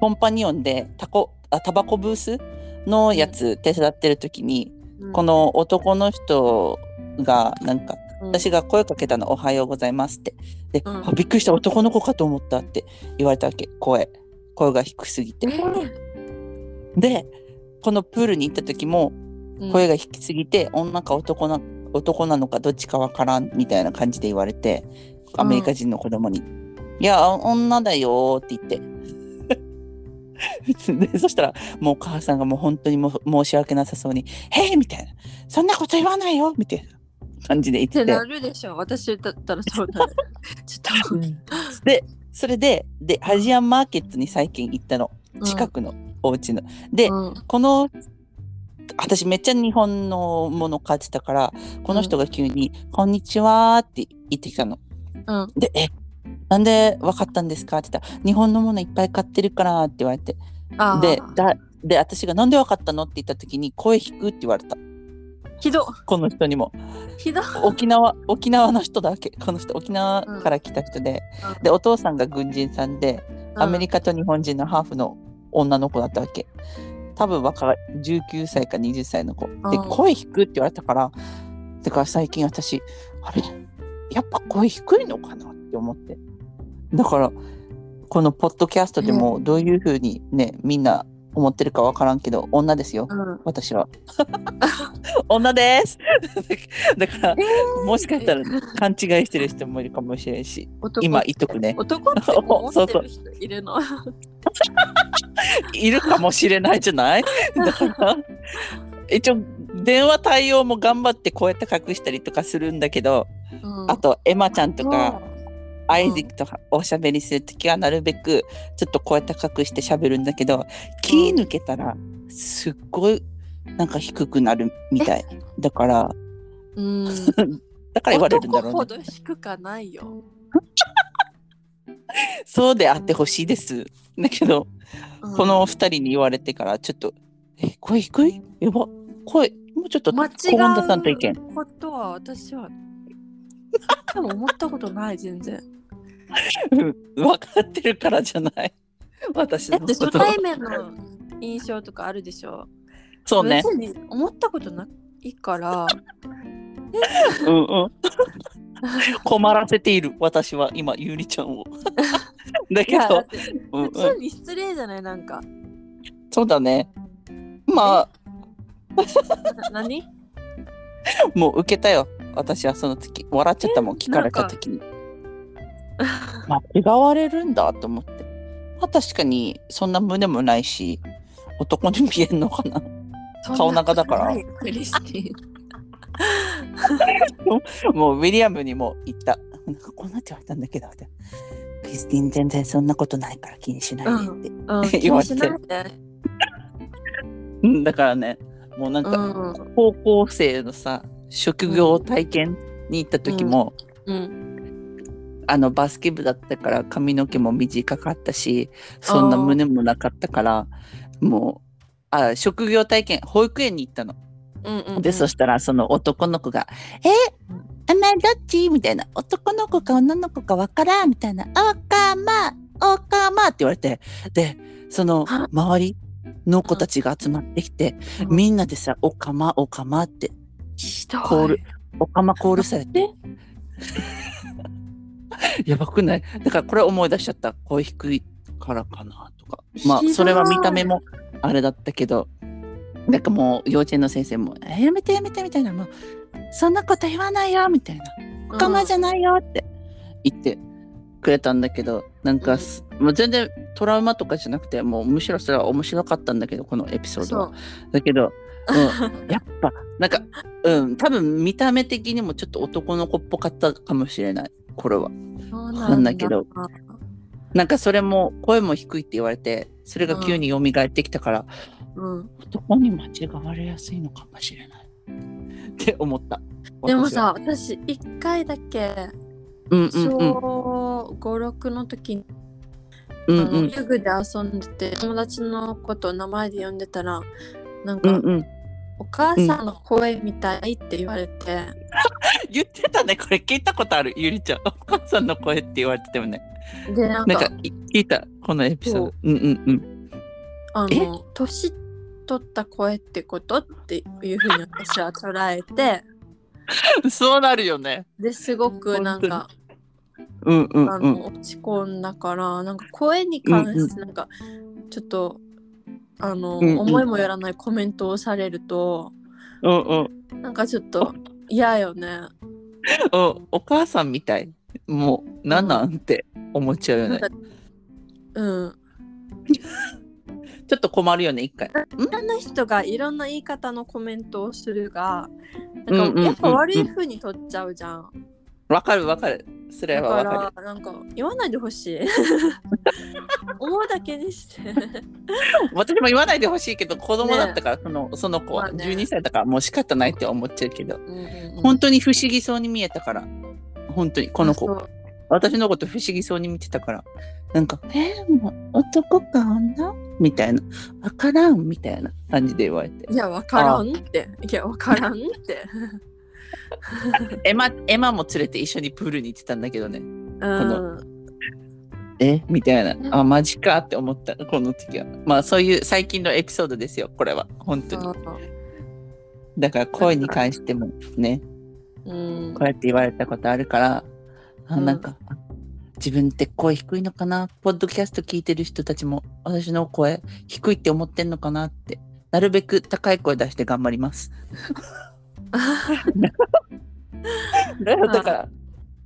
B: コンパニオンでタコ、あ、タバコブースのやつ手伝ってる時に、こ
A: の
B: の男の人が、なんか、私が声かけたの、おはようございますって。で、
A: うん
B: あびっくりした、男の子かと思ったって言われたわけ。声。声が低すぎて。でこのプールに行った時も声
A: が
B: が低すぎて、女か男な男なのかどっちかわからんみたいな感じで言われてアメリカ人の子供に「いや女だよ」って言って でそしたらもうお母さんがもう本当にもう申し訳なさそうに「へえ」みたいな「そんなこと言わないよ」みたいな感じで言っ
A: って
B: て
A: なるでしょ私だったらそうなる ち ょっ
B: でそれででアジアンマーケットに最近行ったの
A: と
B: 近くのお家の。で、
A: うん
B: この私めっちゃ日本のもの買ってたからこの人が急に「こんにちは」って言ってきたの。
A: うん
B: で「えなんで分かったんですか?」って言ったら「日本のものいっぱい買ってるから」って言われて
A: あー
B: でだで私が「なんで分かったの?」って言った時に「声引く」って言われた
A: ひど
B: この人にも
A: ひど
B: 沖縄沖縄の人だけこの人沖縄から来た人で、
A: うん
B: でお父さんが軍人さんで、アメリカと日本人のハーフの女の子だったわけ。多分若い19歳か20歳の子。で、
A: うん
B: 声低くって言われたから、だから最近私、あれやっぱ声低いのかなって思って。だから、このポッドキャストでもどういうふうにね、みんな思ってるかわからんけど、女ですよ
A: う。んうん
B: 私は。女です だから、もしかしたら勘違いしてる人もいるかもしれんし、
A: 男
B: 今言っとくね。
A: 男って思ってる人いるの
B: いるかもしれないじゃ ないだから一応電話対応も頑張ってこうやって隠したりとかするんだけど、
A: うん
B: あとエマちゃんとか
A: うん
B: アイディックとかおしゃべりするときはなるべくちょっとこうやって隠してしゃべるんだけど気抜けたらすっごいなんか低くなるみたいだから
A: うん
B: だから言われるんだ
A: 男
B: ろう
A: ほ
B: ね
A: ど低くはないよ。
B: そうであってほしいですだけど
A: うん
B: この二人に言われてからちょっと「え声低いやば声もうちょっと
A: 間違
B: 小本田さんと意見
A: うことは私は多分思ったことない全 然。
B: うん 分かってるからじ ゃない私
A: だ
B: の
A: って
B: こ
A: 初
B: と
A: 対面の印象とかあるでしょ。
B: そうね
A: 別に思ったことない から。
B: うんうん困らせている私は今ゆりちゃんを だ
A: い
B: け
A: やだ
B: ど
A: っ、て
B: うん
A: 普
B: うん、
A: 通に失礼じゃないなんか。
B: そうだねま
A: な何
B: あもう受けたよ私はその時笑っちゃったもん聞かれた時に間違われるんだと思ってまあ確かにそんな胸もないし男に見えんのかな顔長だから
A: そんなことないクリスティ
B: もうウィリアムにも言った。なんかこんなって言われたんだけどって。クリスティン全然そんなことないから気にしないでって。
A: ン。うん、気
B: 言わ
A: に
B: れて
A: しないで。
B: うん、だからね、もうなん
A: う
B: か
A: ん。
B: 高校生のさ、職業体験に行った時も、
A: うん。
B: あのバスケ部だったから髪の毛も短かったし、そんな胸もなかったから、もう、あ職業体験、保育園に行ったの。
A: うんうんうん。
B: で、そしたらその男の子が、えあんまりどっちみたいな。男の子か女の子かわからんみたいな。おかま、おかまって言われて。で、その
A: は
B: 周りの子たちが集まってきて、
A: うん
B: みんなでさ、おかま、おかまって
A: ひどい
B: コール、おかまコール されて。やばくないだからこれ思い出しちゃった。声低いからかなとか。まあ
A: ひどい
B: それは見た目もあれだったけど、なんかもう幼稚園の先生も、えやめてやめてみたいな、もうそんなこと言わないよみたいな、おかまじゃないよって言ってくれたんだけど、なんかすもう全然トラウマとかじゃなくて、もうむしろそれは面白かったんだけど、このエピソードは。だけど、 うん、やっぱなんか、うん、多分見た目的にもちょっと男の子っぽかったかもしれないこれは
A: そう
B: わかんないけどなんかそれも声も低いって言われてそれが急に蘇ってきたから、
A: うん、
B: 男に間違われやすいのかもしれないって思った
A: でも
B: 私
A: さ
B: は
A: 私1回だけ
B: うんうんうん
A: 小56の時に、
B: うん
A: あ
B: う
A: の
B: ん
A: 遊具で遊んでて友達のことを名前で呼んでたらなん
B: う
A: か、
B: んうん、
A: お母さんの声みたいって言われて、
B: 言ってたねこれ聞いたことあるゆりちゃんお母さんの声って言われてたよね
A: でなんか
B: なんかい聞いたこのエピソードうんうんうん
A: あ
B: え
A: の年取った声ってことっていうふうに私は捉えて
B: そうなるよね
A: ですごくなんか
B: うんうん
A: あ
B: うん
A: の落ち込んだからなんか声に関してなんかちょっと、あの、
B: うんうん
A: 思いもよらないコメントをされると
B: うんうん
A: なんかちょっと嫌よね。
B: うんお母さんみたい。もう、なんなんって思っちゃうよ
A: な
B: ね
A: ん。かうん。
B: ちょっと困るよね、一回。
A: いろんな人がいろんな言い方のコメントをするが、
B: うんう
A: なんん
B: うんう
A: か
B: ん
A: やっぱ悪い風に取っちゃうじゃん。
B: わかるわかる。それ
A: だ
B: は
A: か
B: わかる。
A: らなんか言わないでほ しい。思うだけにして。
B: 私も言わないでほしいけど、子供だったから、そのその
A: ま
B: 子は
A: あね
B: 12歳だからもう仕方ないって思っちゃうけど、
A: 本
B: 本当に不思議そうに見えたから、本当にこの子。
A: そう
B: 私のこと不思議そうに見てたから、なんか、えー、もう男か女みたいな、わからんみたいな感じで言われて。
A: いや、わからんって。いや、わからんっ て。
B: エマ、エマも連れて一緒にプールに行ってたんだけどね、
A: うん。
B: えみたい
A: ん
B: な、あ、マジかって思った、この時は。まあそういう最近のエピソードですよ、これは、本当に。だから声に関してもね、
A: うん
B: こうやって言われたことあるから、あ
A: うん
B: なんか、あ自分って声低いのかなポッドキャスト聞いてる人たちも私の声低いって思ってんのかなってなるべく高い声出して頑張ります。だから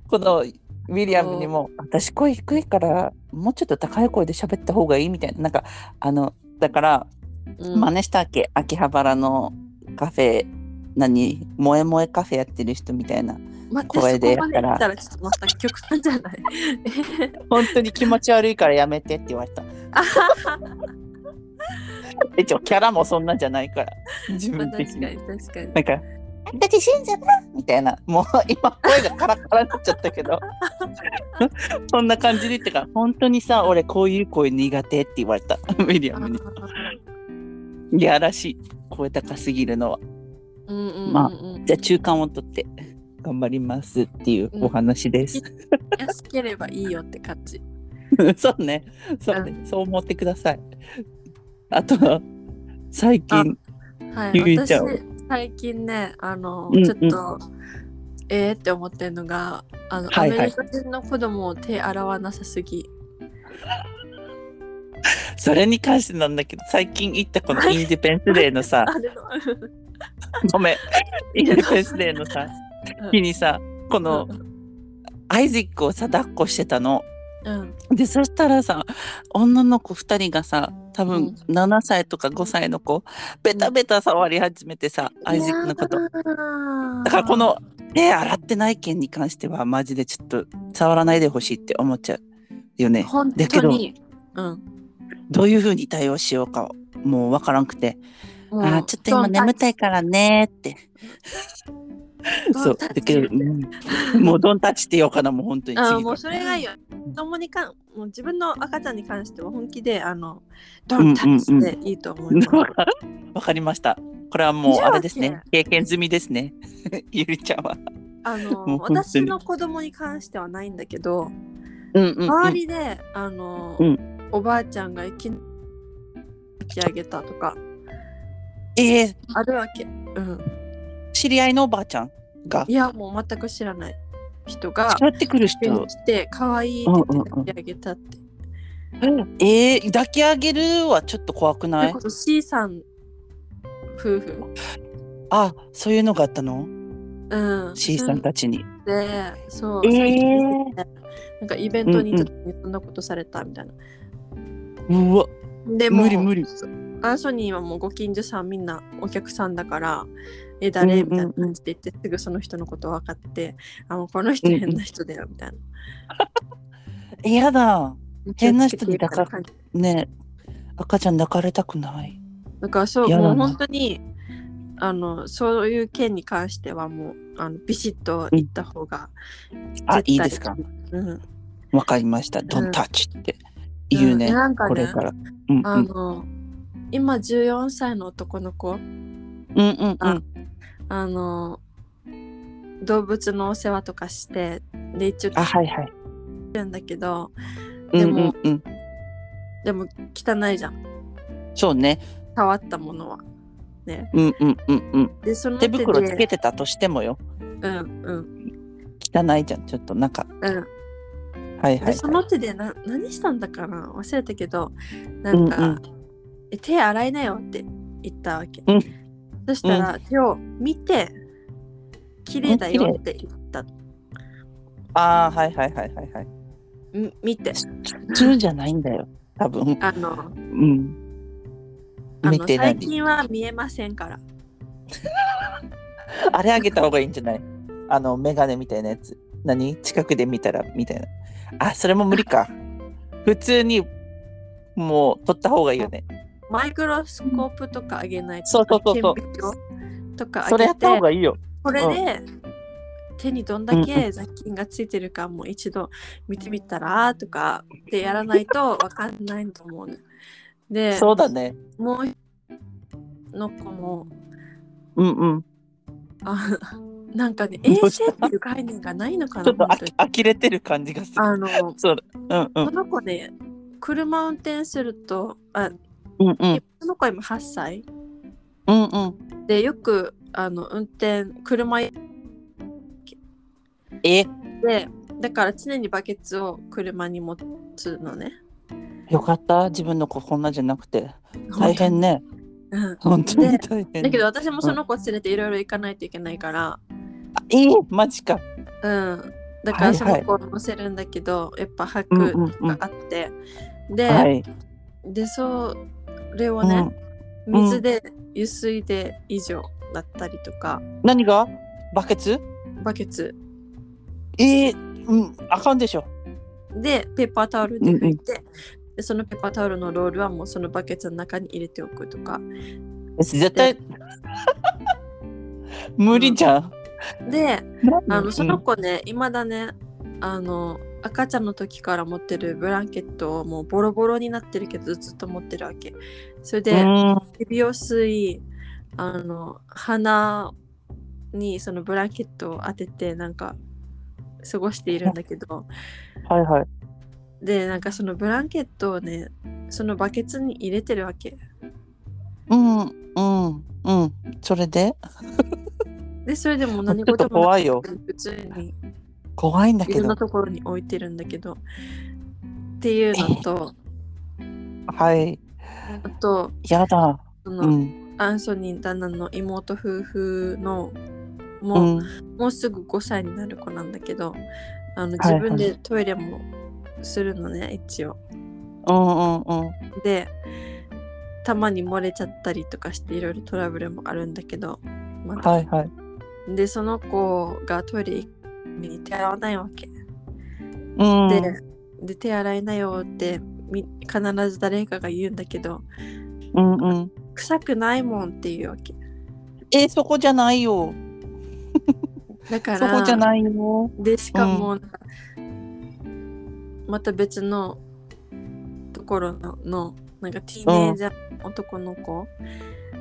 B: このウィリアムにも私声低いからもうちょっと高い声で喋った方がいいみたいななんかあのだから
A: うん
B: 真似したわけ秋葉原のカフェ何萌え萌えカフェやってる人みたいな
A: 待って
B: 声でやったら
A: そこま行ったらちょっとまた極端じゃない
B: 本当に気持ち悪いからやめてって言われた。
A: あはは
B: 一応キャラもそんなじゃないから自
A: まあ
B: 分的
A: 確
B: に。
A: かに確かに
B: なんか「私信者だ!」みたいなもう今声がカラカラになっちゃったけどそんな感じで言ってから本当にさ俺こういう声苦手って言われた ミリアムに。いやらしい声高すぎるのは。
A: うんうんうんうん
B: まあじゃあ中間を取って頑張りますっていうお話です。
A: 安ければいいよって感じ
B: そうねそうね、そう思ってください。あとは最近
A: はい
B: ゆい
A: 私
B: ちゃん
A: 最近ねあの、
B: うんうん
A: ちょっとえーって思ってるのがあの、
B: はいはい
A: アメリカ人の子供を手洗わなさすぎ
B: それに関してなんだけど最近行ったこのインディペンスデーのさ
A: あれの
B: ごめん。インディペンスデーのさ
A: うん、
B: 日にさ、このアイゼックをさ、抱っこしてたの。
A: うん
B: で、そしたらさ、女の子2人がさ、多
A: うん
B: 分7歳とか5歳の子、ベタベタ触り始めてさ、アイゼックのこと。
A: いや
B: だ
A: ー
B: からこの手洗ってない件に関しては、マジでちょっと触らないでほしいって思っちゃうよね。
A: 本
B: だけ
A: 当
B: ど
A: にうん
B: どういうふうに対応しようか、もうわからんくて。
A: もう
B: あーちょっと今眠たいからねーって。そ
A: ド
B: う。
A: ン
B: だ
A: タッチ
B: けど、 うんもうドンタッチって言おうかな、もう本当に。
A: あも
B: 次か
A: う
B: ら
A: それがいいよ。子供にかんもう自分の赤ちゃんに関しては本気であのドンタッチでいいと思います。
B: わか わかりました。これはもう
A: じゃあ
B: あれですね。経験済みですね。 ゆりちゃんは。
A: あの
B: もう本当に
A: 私の子供に関してはないんだけど、
B: うんうん、
A: 周りであの、
B: う
A: おばあちゃんがいきなり引き上げたとか
B: えー
A: あるわけ。うん、
B: 知り合いのおばあちゃんが
A: いやもう全く知らない人が
B: 帰ってくる人
A: 急。に来て可愛いって言って抱き上げたって。
B: えー抱き上げるはちょっと怖く
A: そ
B: な
A: れ
B: い
A: こそ C さん夫婦、
B: あ、そういうのがあったの
A: うん、
B: ?C さんたちに。
A: でそう、
B: えー
A: 最近ですねなんかイベントに行った時にそんなことされたみたいな。
B: うわ、
A: でも
B: 無理無理。
A: アンソニーはもうご近所さんみんなお客さんだから、え、誰
B: うん
A: み
B: う
A: たい
B: んうん
A: な感じで言って、すぐその人のこと分かって、あ、もうこの人
B: うんうん
A: 変な人だよみたいな。
B: 嫌だ。変な人に
A: だ
B: 抱かねえ赤ちゃん抱かれたくない。
A: だからそう、
B: 嫌だな
A: もう本当に、あの、そういう件に関してはもう、あのビシッと言った方が、
B: あ、
A: 絶対
B: いいですか。
A: うん。
B: わかりました。ドンタッチって言うね。
A: うんなんかね
B: これから。うんう
A: あ
B: ん
A: の、今14歳の男の子、
B: うんうんう
A: あ
B: ん。
A: あの動物のお世話とかしてで一応
B: あ、はいはい。
A: 来るんだけど
B: う
A: で
B: んう
A: も
B: んうん。
A: でも汚いじゃん
B: そうね。
A: 触ったものは。
B: うんうんうんうん。
A: でその
B: 手
A: 手
B: 袋
A: で
B: つけてたとしてもよ。
A: うんうん
B: 汚いじゃん。ちょっとなんか。
A: うん。
B: はいはい、は
A: で
B: い。
A: その手でな何したんだかな忘れたけどなんか、
B: うんうん
A: え手洗いなよって言ったわけ。
B: うん
A: そしたら、手を見て綺麗だよって言った
B: ああ、はいはいはいはいはい。
A: み見て
B: 普通じゃないんだよ。多分。
A: あの
B: うん。
A: あ
B: 見
A: の
B: てない
A: 最。近は見えませんから
B: あれあげた方がいいんじゃないあの、メガネみたいなやつ。何近くで見たらみたいな。あ、それも無理か。普通に、もう、撮った方がいいよね。
A: マイクロスコープとかあげないと
B: そうそうそうそう
A: 顕微鏡とかあ
B: それ
A: げ
B: や
A: て
B: った方がいいよ。
A: これで手にどんだけ雑菌がついてるかも一度見てみたらとかでやらないとわかんないと思うね。で、
B: そうだね。
A: もう一人の子も
B: うんうん。
A: あ なんかね衛
B: どうした
A: 生っていう概念がないのか
B: ちょ
A: な
B: っ
A: 本
B: とあ
A: 当に
B: き呆れてる感じがする。
A: あの
B: そううんうん
A: こ。の子ね車運転するとあ
B: うんうん。
A: この子今8歳
B: うんうん。
A: でよくあの運転車
B: え、
A: でだから常にバケツを車に持つのね。
B: よかった。自分の子こんなじゃなくて。大変ね。
A: うん
B: 本当に
A: で
B: 大変。
A: だけど私もその子連れていろいろ行かないといけないから、
B: あえー、マジか。
A: うん、だから
B: はいはい
A: その子を乗せるんだけど、やっぱ
B: う
A: 吐
B: んう
A: く
B: んうん
A: が。あって、で、
B: はい。
A: でそれを
B: う
A: ね
B: ん、ん
A: 水で湯水で以上だったりとか
B: 何がバケツ
A: バケツ
B: えー、うん、あかんでしょ。
A: でペーパータオルで拭いて、でそのペーパータオルのロールはもうそのバケツの中に入れておくとか
B: 絶対。無理じゃん。
A: であ
B: う
A: の
B: ん
A: その子ねいまだねあの赤ちゃんの時から持ってるブランケットをもうボロボロになってるけどずっと持ってるわけそれで
B: うん
A: 指を吸いあの鼻にそのブランケットを当ててなんか過ごしているんだけど
B: はいはい。
A: でなんかそのブランケットをねそのバケツに入れてるわけ
B: うんうんうん。それで
A: でそれでも何
B: ちょっ
A: 事
B: と
A: もなく
B: 怖いよ。
A: 普通に
B: 怖いんだ
A: い
B: け
A: ろん
B: ど
A: な。ところに置いてるんだけどっていうの と
B: はい。
A: あと
B: やだ。
A: そうの、
B: ん
A: アンソニー旦那の妹夫婦の
B: う
A: もう,、
B: ん。
A: もうすぐ5歳になる子なんだけどあの
B: はい
A: 自分でトイレもするのね、一応
B: うんうんうん。
A: でたまに漏れちゃったりとかしていろいろトラブルもあるんだけど、また
B: はいはい。
A: でその子がトイレ行くのに手洗わないわけ
B: うん。
A: で,、で手洗いなよってみ必ず誰かが言うんだけど
B: うんうん。
A: 臭くないもんっていうわけ
B: えー、そこじゃないよ。
A: だから
B: そこじゃないよ。
A: でしかも、また別のところののなんかティーネージャーの男の子、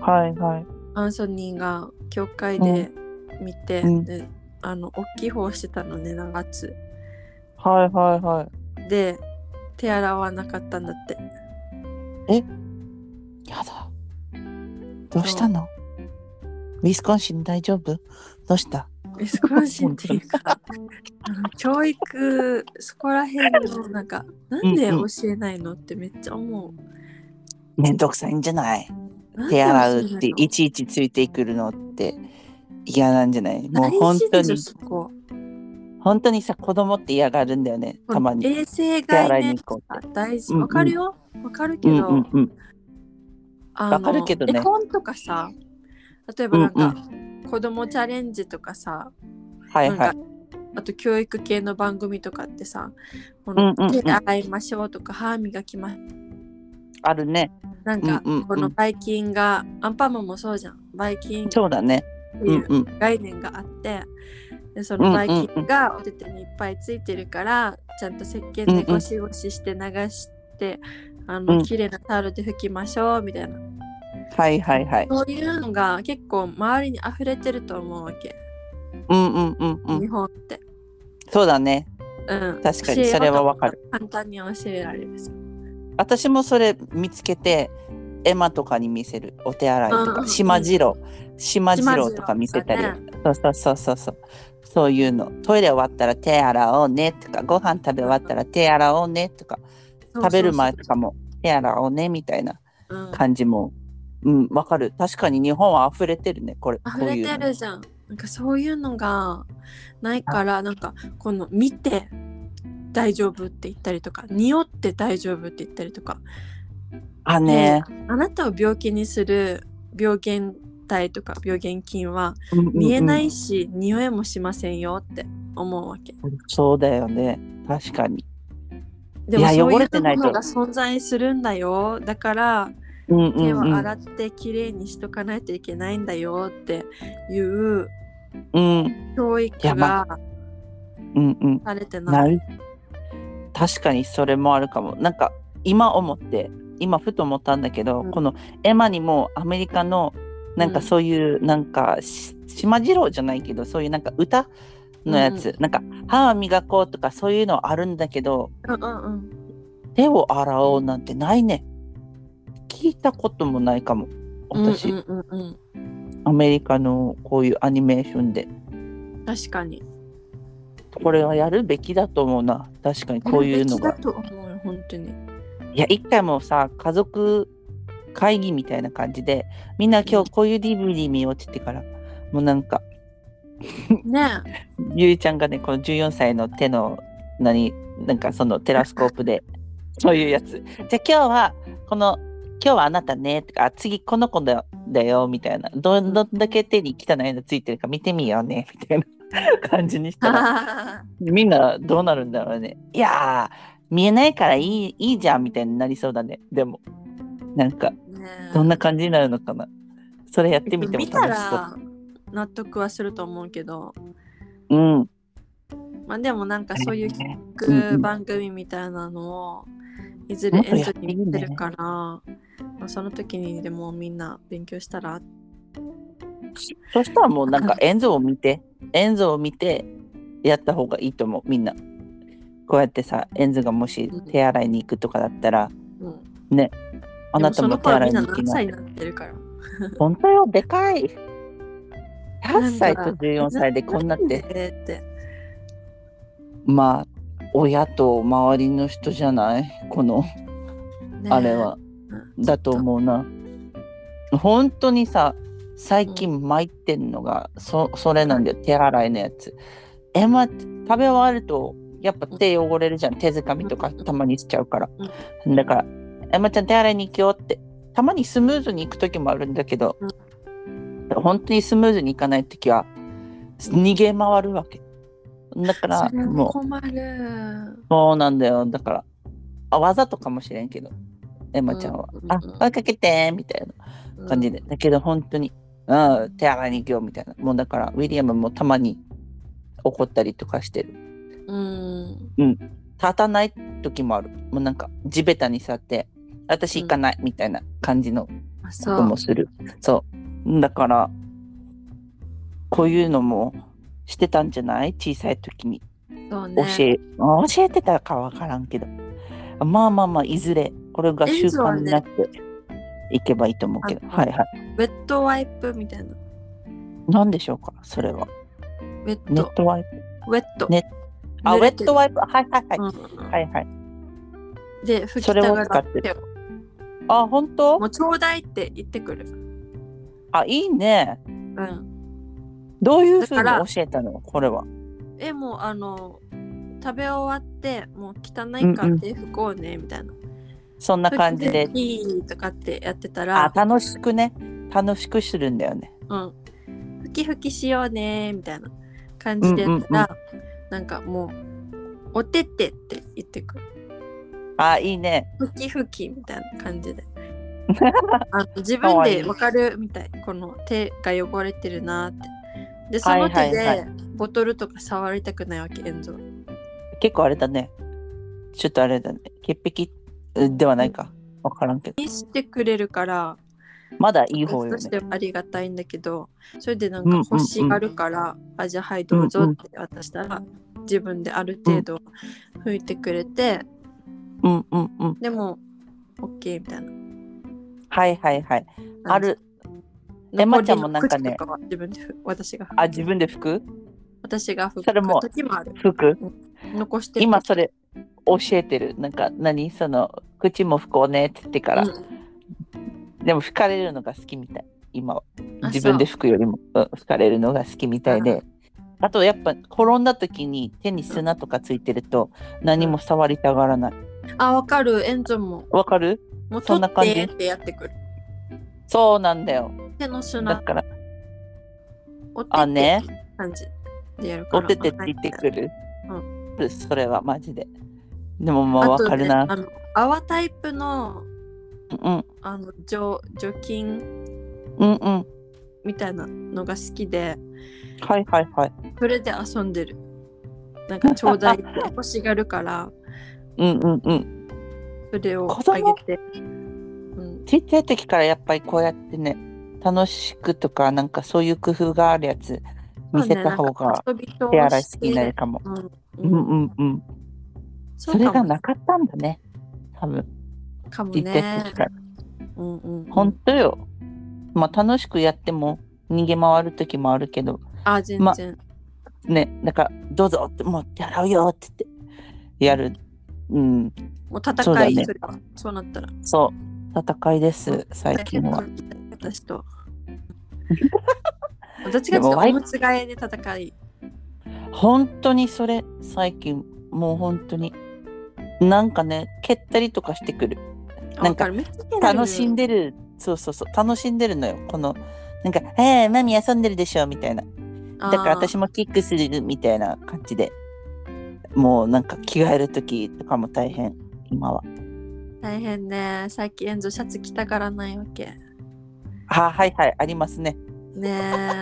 B: はいはい。
A: アンソニーが教会で見て、
B: うん
A: であの大きい方をしてたのね長つ
B: はいはいは
A: で手洗わなかったんだ って
B: い。やだ。どうしたのウィスコンシン大丈夫どうした
A: ウィスコンシンっていうかあの教育そこら辺のなんかなんで教えないのってめっちゃ思う
B: めんどくさいんじゃない
A: なんで
B: 手洗う
A: 教え
B: っ
A: な
B: て
A: いの
B: いちいちついてくるのって嫌なんじゃないもう
A: 大
B: 本
A: 事
B: 当
A: でし
B: に
A: ょそこ
B: 本当にさ子供って嫌がるんだよねたまに
A: 衛生
B: 手洗
A: 概
B: い
A: 念
B: に行こうっ
A: あ
B: て。
A: 大事
B: うんうん
A: わかるよわかるけ
B: う
A: ど、
B: んうんうん
A: あの
B: わかるけどね
A: 絵本とかさ例えばなんか、
B: うん
A: 子供チャレンジとかさ、
B: はいは
A: ないんかあと教育系の番組とかってさこ
B: うん
A: の
B: うんうん
A: 手洗いましょうとか歯磨きま
B: あるね
A: なんか、
B: うんうんうん
A: このばい菌がアンパンマンもそうじゃんばい菌って
B: そうだねう
A: い
B: ん
A: う
B: うん
A: 概念があってでそ
B: うん
A: の
B: うん
A: ばい菌がお手手にいっぱいついてるから、ちゃんと石鹸でゴシゴシして流して、あ
B: う
A: の
B: ん
A: 綺麗なタオルで拭きましょうみたいな
B: はいはいはい
A: そういうのが結構周りに溢れてると思うわけ、
B: うんうんうんう
A: 日
B: ん
A: 本って。
B: そうだね
A: うん、
B: 確か
A: 教えよ
B: に
A: う
B: それはわかる
A: と簡単に教えられるさ。
B: 私もそれ見つけてエマとかに見せるお手洗いと
A: うんう
B: か
A: ん
B: しまじろうしまじろうとか見せたり
A: 島次郎とかね
B: そうそうそうそうそうそういうのトイレ終わったら手洗おうねとかご飯食べ終わったら手洗おうねとか食べる前とかも手洗おうねみたいな
A: そうそうそううん
B: 感じもうんわかる確かに日本は溢れてるねこれこ
A: 溢
B: う
A: れ
B: いう
A: て
B: の
A: るじゃん。なんかそういうのがないからなんかこの見て大丈夫って言ったりとか匂って大丈夫って言ったりとか
B: あね、
A: あなたを病気にする病原体とか病原菌は
B: うんうんうん
A: 見えないし、匂いもしませんよって思うわけ
B: そうだよね確かに
A: でも
B: いや
A: そうい
B: 汚
A: う
B: れてない
A: も
B: と
A: のが存在するんだよだから
B: うんう
A: 手
B: んう
A: は
B: ん
A: 洗ってきれいにしとかないといけないんだよっていう
B: うん
A: 教育
B: いやま
A: が
B: うんうん
A: されてない。
B: なる確かにそれもあるかもなんか今思って今ふと思ったんだけど、
A: うん
B: このエマにもアメリカのなん
A: う
B: か
A: ん
B: そういうなんかし島次郎じゃないけどそういうなんか歌のやつ、なんか歯は磨こうとかそういうのあるんだけど
A: うんうんうん
B: 手を洗おうなんてないね聞いたこともないかも私、
A: うんうんうんうん
B: アメリカのこういうアニメーションで
A: 確かに。
B: これはやるべきだと思うな確かにこういうのが
A: やるべきだと思うよ本 当に。
B: いや一回もさ家族会議みたいな感じでみんな今日こういう DVD 見ようって言ってからもうなんか
A: ねえ。
B: ゆいちゃんがねこの14歳の手の何なんかそのテラスコープで そういうやつじゃあ今日はこの今日はあなたねとかあ次この子だだよみたいなどどんだけ手に汚いのついてるか見てみようねみたいな感じにしたら
A: あ
B: みんなどうなるんだろうねいやー見えないからいいいいじゃんみたいになりそうだねでもなんか
A: ーねえ
B: どんな感じになるのかなそれやってみても
A: 見た
B: 楽しそう
A: ら納得はすると思うけど、
B: うん
A: まあでもなんかそういうキッ
B: うんう
A: ク
B: ん
A: 番組みたいなのをいず
B: も
A: れ
B: っと
A: エン
B: や
A: ト
B: っ
A: リー
B: ていい
A: に
B: ん
A: 出
B: だよ
A: る
B: ね
A: から、まあ、その時にでもみんな勉強したら
B: そしたらもうなんかエンゾを見て、エンゾを見てやった方がいいと思う、みんな。こうやってさ、エンゾがもし手洗いに行くとかだったら、
A: もう
B: あなたも手洗いに
A: で
B: 行
A: もその頃みんな何
B: きな
A: 歳
B: い
A: に。なってるから。
B: 本当よ、でかい。8歳と
A: なんだ
B: 14歳でこんなって、
A: えーって。
B: まあ、親と周りの人じゃないこの、
A: ねえ
B: あれは。。
A: うん
B: だと思うな。本当にさ、最近参ってんのが、そそれなんだよ、手洗いのやつ。え、ま、食べ終わると、やっぱ手汚れるじゃん、手づかみとかたまにしちゃうから。だから、えまちゃん手洗いに行くよって、たまにスムーズに行く時もあるんだけど、本当にスムーズに行かない時は、逃げ回るわけ。だから、
A: それ
B: も
A: も
B: う。
A: 困る。
B: そうなんだよ。だから、あわざとかもしれんけど、エマちゃんは。
A: うんうん
B: あ
A: うん、
B: 声かけてみたいな感じで。だけど、本当に、うん、手洗いに行くよみたいな。もうだから、ウィリアムもたまに怒ったりとかしてる。
A: うん。
B: 立たない時もある。もうなんか、地べたに座って、私行かないみたいな感じのこ
A: あ、そ
B: と
A: う
B: も。する。そう。だから、こういうのもしてたんじゃない小さい時に。
A: そう
B: 教
A: ね。
B: え、教えてたかわからんけど。まあまあまあ、いずれ、これが習慣になっていけばいいと思うけど。
A: あ
B: はいはい。
A: ウェットワイプみたいな。
B: 何でしょうかそれは。
A: ウェッ
B: ネ
A: ト
B: ッ。トワイプ。
A: ウェット。
B: ねあ、ウ
A: 濡
B: ェ
A: れ
B: ッ
A: てる
B: トワイプ。はいはいはい。
A: うんうん
B: はいはい。
A: で、拭き
B: それ
A: た
B: を
A: が
B: 使
A: ら
B: って
A: 手を
B: あ、本当
A: もうちょうだいって言ってくる。
B: あ、いいね。
A: うん。
B: どういうふう
A: だ
B: に
A: から
B: 教えたのこれは。
A: え、もうあの、食べ終わって、もう汚いか
B: うんう
A: ら
B: ん
A: 手拭こうね、みたいな。
B: そんな感じで
A: 拭。き拭きとかってやってた
B: あ
A: ら、、
B: 楽しくね。楽しくするんだよね。
A: うん。ふきふきしようね、みたいな感じでやったら、なんかもう、おててって言ってくる。
B: あ、いいね。
A: ふきふきみたいな感じ で。あの自分
B: 可愛
A: で
B: い
A: わかるみたい。この手が汚れてるなって。で、その手
B: はいはい
A: でボトルとか触りたくないわけ、エンゾ。
B: 結構あれだね。ちょっとあれだね。潔癖ではないか。わからんけど。
A: してくれるから、
B: まだいい方よ
A: 私
B: ね
A: として。はありがたいんだけど、それでなん
B: うん
A: か
B: うんうん
A: 欲しがるから、あ、じゃあはい、どうぞって渡したら、自分である程度拭いてくれて、
B: うんうんうん。
A: でも、OK みたいな。
B: はいはいはい。ある。エマちゃんもなんかね
A: 残りの口とは自分で拭私が拭く
B: あ、自分で服
A: 私が拭
B: それも
A: く時もある。
B: 服
A: 残してる
B: 今それ教えてる。なんか何その口も拭こうねって言ってから。
A: うん
B: でも拭かれるのが好きみたい。今は
A: あ
B: 自分で拭くよりもうん拭かれるのが好きみたいであとやっぱ転んだ時に手に砂とかついてると何も触りたがらない
A: あわかるエンゾも
B: わかる
A: もう
B: そ
A: 取
B: んな
A: っ
B: 感じ
A: てってやってくる
B: そうなんだよ
A: 手の
B: だ
A: 砂
B: から
A: お手
B: あね
A: 感じでやるか
B: お
A: ら
B: ててって言ってくる
A: う
B: それはマジででもまあ
A: あ
B: わ
A: と
B: かるな
A: ねあの泡タイプの
B: うん
A: あの除除菌
B: うんうん
A: みたいなのが好きで
B: はいはいはい
A: それで遊んでるなんかちょう だいって欲しがるから
B: うんうんうん
A: それを
B: 子
A: あ
B: 供
A: げて、うん、
B: ちっちゃい時からやっぱりこうやってね楽しくとかなんかそういう工夫があるやつ見せた方が
A: そうねなんか遊びと
B: 手洗い好きになるかも。
A: う
B: うん
A: ん、うん
B: うんうん。
A: そ
B: そうれが
A: か
B: な
A: も
B: かったんだね。多分、
A: かも
B: ちっちゃい
A: ね
B: 時から。
A: うんうんうん
B: 本当よ。まあ楽しくやっても逃げ回る時もあるけど、
A: あ全
B: ま
A: 然、
B: ね、なんかどうぞって、もう手洗うよって言って、やる。うん、
A: もう
B: そう
A: 戦
B: だ
A: い
B: ね
A: それはそうなったら
B: そう。戦いです、最近は。
A: 私 とどっちか
B: で
A: っていう
B: も
A: とお
B: ワイ
A: むつ替えで戦い
B: 本当にそれ、最近、もう本当に。なんかね、蹴ったりとかしてくる。
A: あ
B: なんか
A: わるめっちゃ気になる
B: 楽しんでるそうそうそう楽しんでるのよこのなんか「えー、マミ遊んでるでしょ」みたいなだから私もキックするみたいな感じでもうなんか着替える時とかも大変今は
A: 大変ね。最近エンゾシャツ着たがらないわけ。
B: あはいはいありますね
A: ね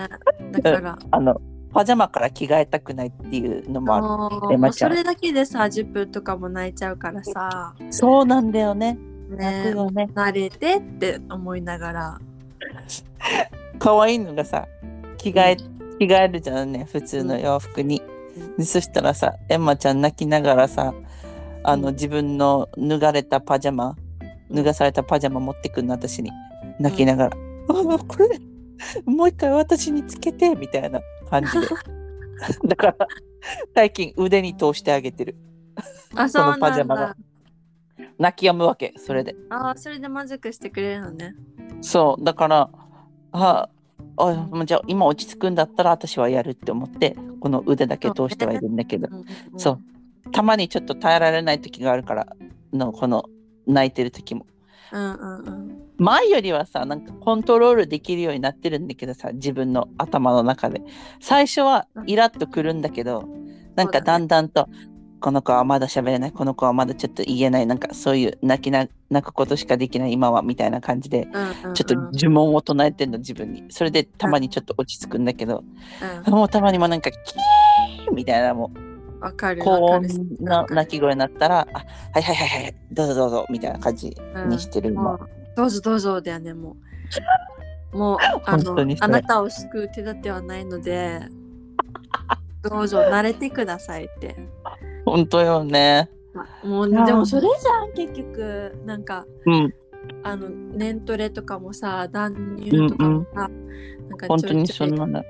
A: え。だから。
B: あのパジャマから着替えたくないっていうのもある
A: もうも
B: 出ま
A: う
B: ちゃ
A: そうれだけでさ10分とかも泣いちゃうからさ、
B: そうなんだよね
A: ねえ、
B: 楽よね
A: 慣れてって思いながら
B: 可愛いのがさ着替え着替えるじゃんね普通の洋服に、でそしたらさエマちゃん泣きながらさあの
A: うん
B: 自分の脱がれたパジャマ脱がされたパジャマ持ってくんの私に泣きながら「ああこれもう一回私につけて」みたいな感じ でだから最近腕に通してあげてる
A: あ
B: そ
A: そ
B: の
A: う
B: パジ
A: な
B: ャ
A: ん
B: マが
A: だ
B: 泣き止むわけそれで
A: あそれで満足してくれるのね
B: そうだからああもうじゃあ今落ち着くんだったら私はやるって思ってこの腕だけ通してはいるんだけど
A: うんうんうん
B: そうたまにちょっと耐えられない時があるからのこの泣いてる時も
A: うんうんうん
B: 前よりはさなんかコントロールできるようになってるんだけどさ自分の頭の中で最初はイラッとくるんだけどなんか
A: そうだ
B: だ
A: ね
B: んだんと、この子はまだ喋れないこの子はまだちょっと言えないなんかそういう泣きな泣くことしかできない今はみたいな感じで
A: うんうんうん
B: ちょっと
A: うん
B: 呪文を唱えてんの自分にそれでたまにちょっと落ち着くんだけどもうたまにもなんかキーみたいなもう
A: わかる
B: 高
A: わか
B: 音
A: る
B: の鳴き声になったら、あ、はいはいはいはい、どうぞどうぞみたいな感じにしてる、
A: も
B: 今。
A: うどうぞどうぞだよねもうもうあ
B: 本当
A: の
B: にそ
A: あ
B: れ
A: なたを救う手立てはないのでどうぞ慣れてくださいって
B: 本当よね。
A: もう
B: いやー
A: でもそれじゃん結局なんか
B: うん、
A: あの年トレとかもさ断乳とかもさ、なんか
B: 本
A: ち
B: 当
A: ょい
B: に
A: ち
B: そ
A: ょ
B: ん
A: い
B: なの。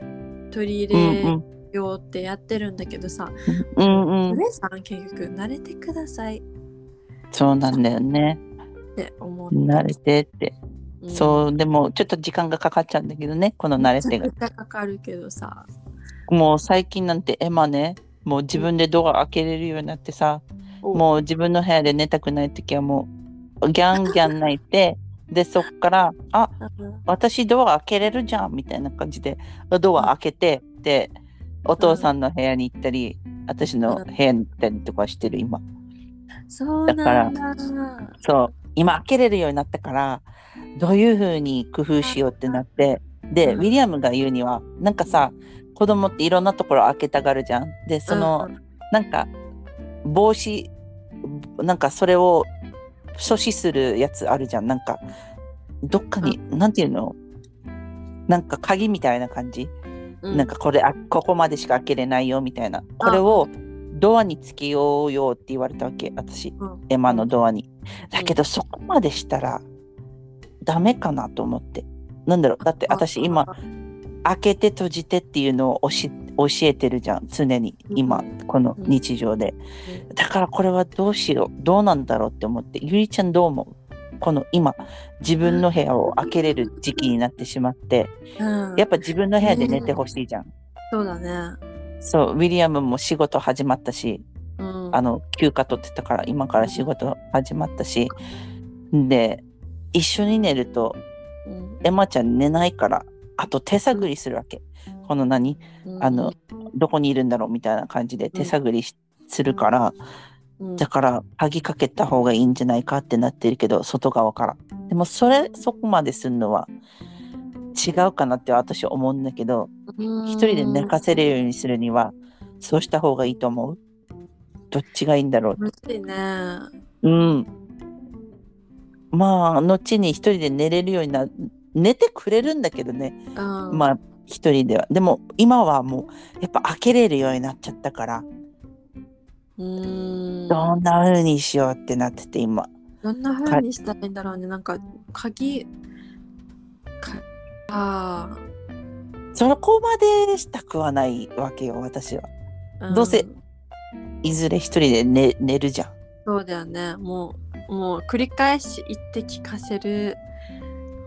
A: 取り入
B: うんう
A: れ
B: ん。
A: ようってやってるんだけどさ、
B: うんう
A: そ
B: ん。
A: れじゃん結局慣れてください
B: そうなんだよね。
A: って思う、
B: 慣れてって。
A: うん
B: そう、でもちょっと時間がかかっちゃうんだけどね、この慣れてが
A: め。ちゃくちゃかかるけどさ
B: もう最近なんてエマね、もう自分でドア開けれるようになってさ、
A: う
B: もう自分の部屋で寝たくない時はもう、ギャンギャン泣いて、で、そっから、あ、私ドア開けれるじゃんみたいな感じでドア開けてでお父さんの部屋に行ったり、私の部屋に行ったりとかしてる今
A: そうなんだ
B: そう今開けれるようになったからどういう風に工夫しようってなってで、
A: うん
B: ウィリアムが言うにはなんかさ子供っていろんなところ開けたがるじゃんでその、
A: うん
B: なんか帽子なんかそれを阻止するやつあるじゃんなんかどっかに、なんていうのなんか鍵みたいな感じ、
A: う
B: なんかこれあここまでしか開けれないよみたいなこれをドアにつけようよって言われたわけ私
A: うん
B: エマのドアにだけどそこまでしたらダメかなと思ってなんだろうだって私今開けて閉じてっていうのを教え教えてるじゃん常に今この日常で
A: う
B: だからこれはどうしようどうなんだろうって思ってゆりちゃんどう思うこの今自分の部屋を開けれる時期になってしまって
A: うん、
B: やっぱ自分の部屋で寝てほしいじゃん。
A: そうだね。
B: そうウィリアムも仕事始まったし
A: うん、
B: あの休暇取ってたから今から仕事始まったしで一緒に寝ると
A: うん、
B: エマちゃん寝ないからあと手探りするわけこの何あのどこにいるんだろうみたいな感じで手探りしするから
A: うん、
B: だから鍵かけた方がいいんじゃないかってなってるけど外側からでもそれそこまでするのは違うかなって私思うんだけど
A: うん
B: 一人で寝かせれるようにするにはそうした方がいいと思うどっちがいいんだろう
A: 難しいね。
B: うん。まあ、後に一人で寝れるようにな、寝てくれるんだけどね。
A: うん、
B: まあ、一人では。でも、今はもう、やっぱ開けれるようになっちゃったから、
A: うん、
B: どんな風にしようってなってて、今。
A: どんな風にしたらいいんだろうね。なんか鍵かあ
B: そこまでしたくはないわけよ、私は。
A: あ、ん
B: どうせいずれ一人で寝寝るじゃん。
A: そうだよね。もうもう繰り返し言って聞かせる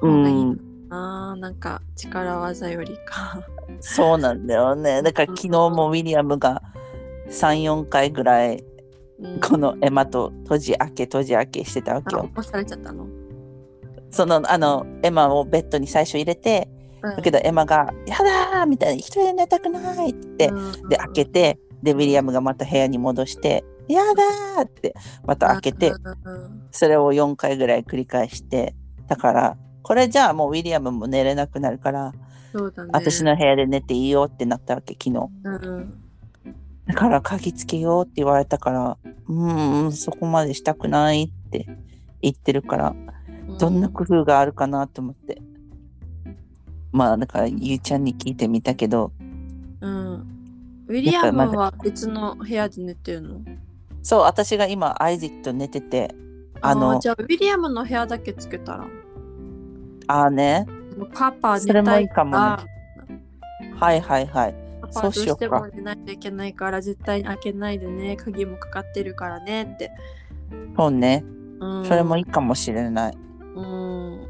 A: 方がいい
B: うん
A: な。なんか力技よりか。
B: そうなんだよね。だから昨日もウィリアムが3、4回ぐらい、
A: うん
B: このエマと閉じ開け閉じ開けしてたわけ
A: あ
B: よ
A: 起。こされちゃったの。
B: そのあのエマをベッドに最初入れて、だけ
A: ど
B: どエマが「やだ!」みたいな「一人で寝たくない!」って、で開けてでウィリアムがまた部屋に戻して「やだ!」ってまた開けて、それを4回ぐらい繰り返してだからこれじゃあもうウィリアムも寝れなくなるから、
A: そうだね。
B: 私の部屋で寝ていいよってなったわけ昨日
A: うん
B: だから鍵つけようって言われたから「うーんそこまでしたくない」って言ってるからどんな工夫があるかなと思って。まあ、だから、ゆうちゃんに聞いてみたけど、
A: うん。ウィリアムは別の部屋で寝てるの
B: そう、私が今、アイゼックと寝てて、あの、
A: ーじゃあウィリアムの部屋だけつけたら。
B: ああね、
A: もうパパ
B: そ
A: 寝
B: れも
A: た
B: いい
A: い
B: か
A: か
B: もね
A: ら、
B: はいはいはい。
A: パパ
B: そ
A: ど
B: う
A: う
B: しよ
A: し
B: うか
A: ても寝ないといけないから絶対に開けないでね、鍵もかかってるからねって。
B: そうね、
A: うん、
B: それもいいかもしれない。
A: うん。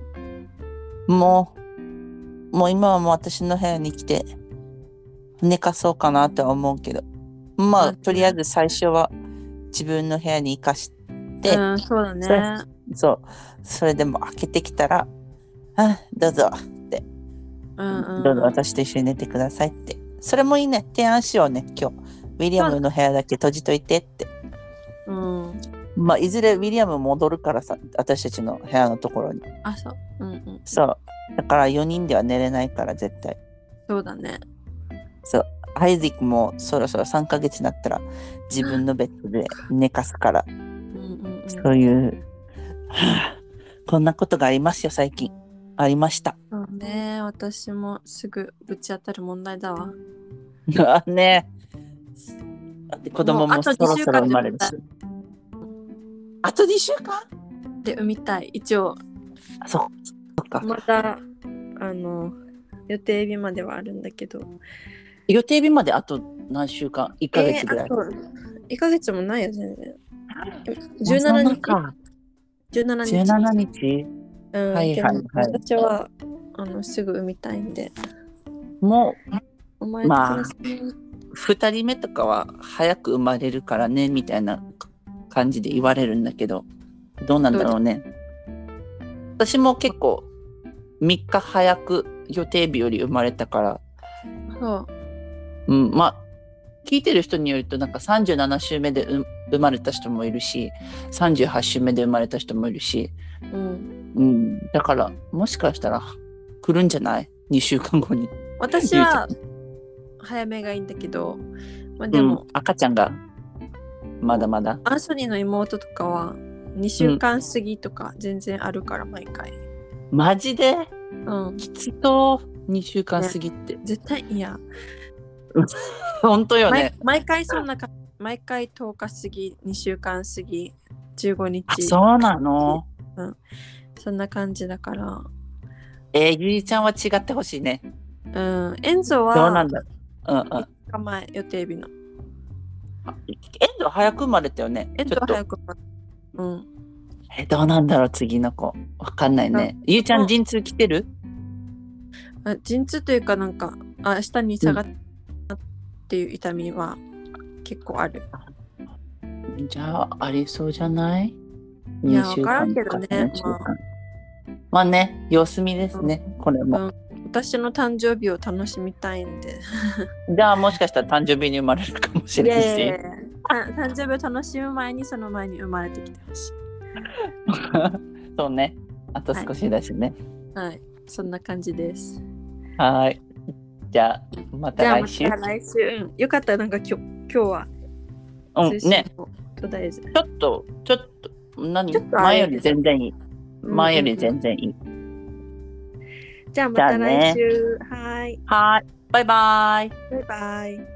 B: もう、もう今はもう私の部屋に来て、寝かそうかなとは思うけど、ま
A: う
B: あ、
A: ん
B: とりあえず最初は自分の部屋に行かして、で
A: うん、そうだ
B: それ
A: ね。
B: そう、それでも開けてきたら、あ、どうぞ
A: うんうん、
B: どうぞ私と一緒に寝てくださいって。それもいいね。提案しようね、今日。ウィリアムの部屋だけ閉じといてって。
A: うん。
B: まあ、いずれウィリアム戻るからさ、私たちの部屋のところに。
A: あ、そう。うんうん。
B: そう。だから4人では寝れないから、絶対。
A: そうだね。
B: アイゼックもそろそろ3ヶ月になったら、自分のベッドで寝かすから、
A: うんうんうん。
B: そういう、はあこんなことがありますよ、最近。ありました。
A: そうね。私もすぐぶち当たる問題だわ。
B: あねだって子供
A: もう
B: も
A: あ
B: そ
A: と
B: ろそろ
A: 2週間
B: 生まれるし。あと2週間
A: で、産みたい。一応、
B: あそっかそっか。
A: また、あの、予定日まではあるんだけど。
B: 予定日まであと何週間 ?1 ヶ月ぐらい。
A: えーあと1ヶ月もないよ、全然。
B: そん
A: 17
B: な
A: 日
B: か
A: 17日
B: 17日
A: うん
B: はい
A: けど
B: はいはい
A: 私はあのすぐ産みたいんで。
B: も
A: お前
B: まあ
A: と暮らす
B: う2人目とかは早く生まれるからねみたいな感じで言われるんだけどどうなんだろうね私も結構3日早く予定日より生まれたから、
A: そう
B: うん、まあ聞いてる人によるとなんか37週目でう生まれた人もいるし38週目で生まれた人もいるし、
A: うん、
B: うん、だからもしかしたら来るんじゃない2週間後に。
A: 私は早めがいいんだけど、まあ、でも
B: う、ん、赤ちゃんがまだまだ
A: アンソニーの妹とかは2週間過ぎとか全然あるから毎回。
B: マジで
A: うん、
B: きつそう2週間過ぎって、
A: 絶対嫌、
B: 本当よ
A: 毎
B: ね
A: 毎回そんなか毎回10日過ぎ、2週間過ぎ、15
B: あ
A: 日、
B: そうなの
A: そんな感じだから。
B: えー、ゆりちゃんは違ってほしいね
A: うん、エンゾ
B: どう
A: は
B: なんだうんうん
A: 5日前予定日の。
B: あ遠藤早く生まれたよね
A: エン
B: ち
A: ゾ
B: ょ
A: は
B: っと
A: 早く。うん。
B: へえどうなんだろう次の子わかんないねゆうちゃ
A: うんん
B: 陣痛来てる
A: あ陣痛というかなんかあ明日に下がっていう痛みは結構ある、
B: じゃあありそうじゃない
A: いや
B: 2週
A: わから
B: 間
A: んけどね
B: とか3週間まあね様子見ですね、これも、
A: 私の誕生日を楽しみたいんで
B: じゃあもしかしたら誕生日に生まれるかもしれないし、
A: いやいやいやた誕生日を楽しむ前にその前に生まれてきてほしい
B: そうねあと少しだしね
A: はいそんな感じです
B: はーいじゃあま
A: じ
B: た
A: ゃあま
B: 来週
A: た来週、うんよかったらなんか今日今日は
B: うんね
A: をとりあえず
B: ちょっとちょっと何
A: ちょっとあれ
B: 前より全然いい
A: うん
B: 前より全然いい、
A: じゃあまた
B: じゃあ
A: 来
B: ね
A: 週、はい
B: はーいバイバーイ
A: バイバイ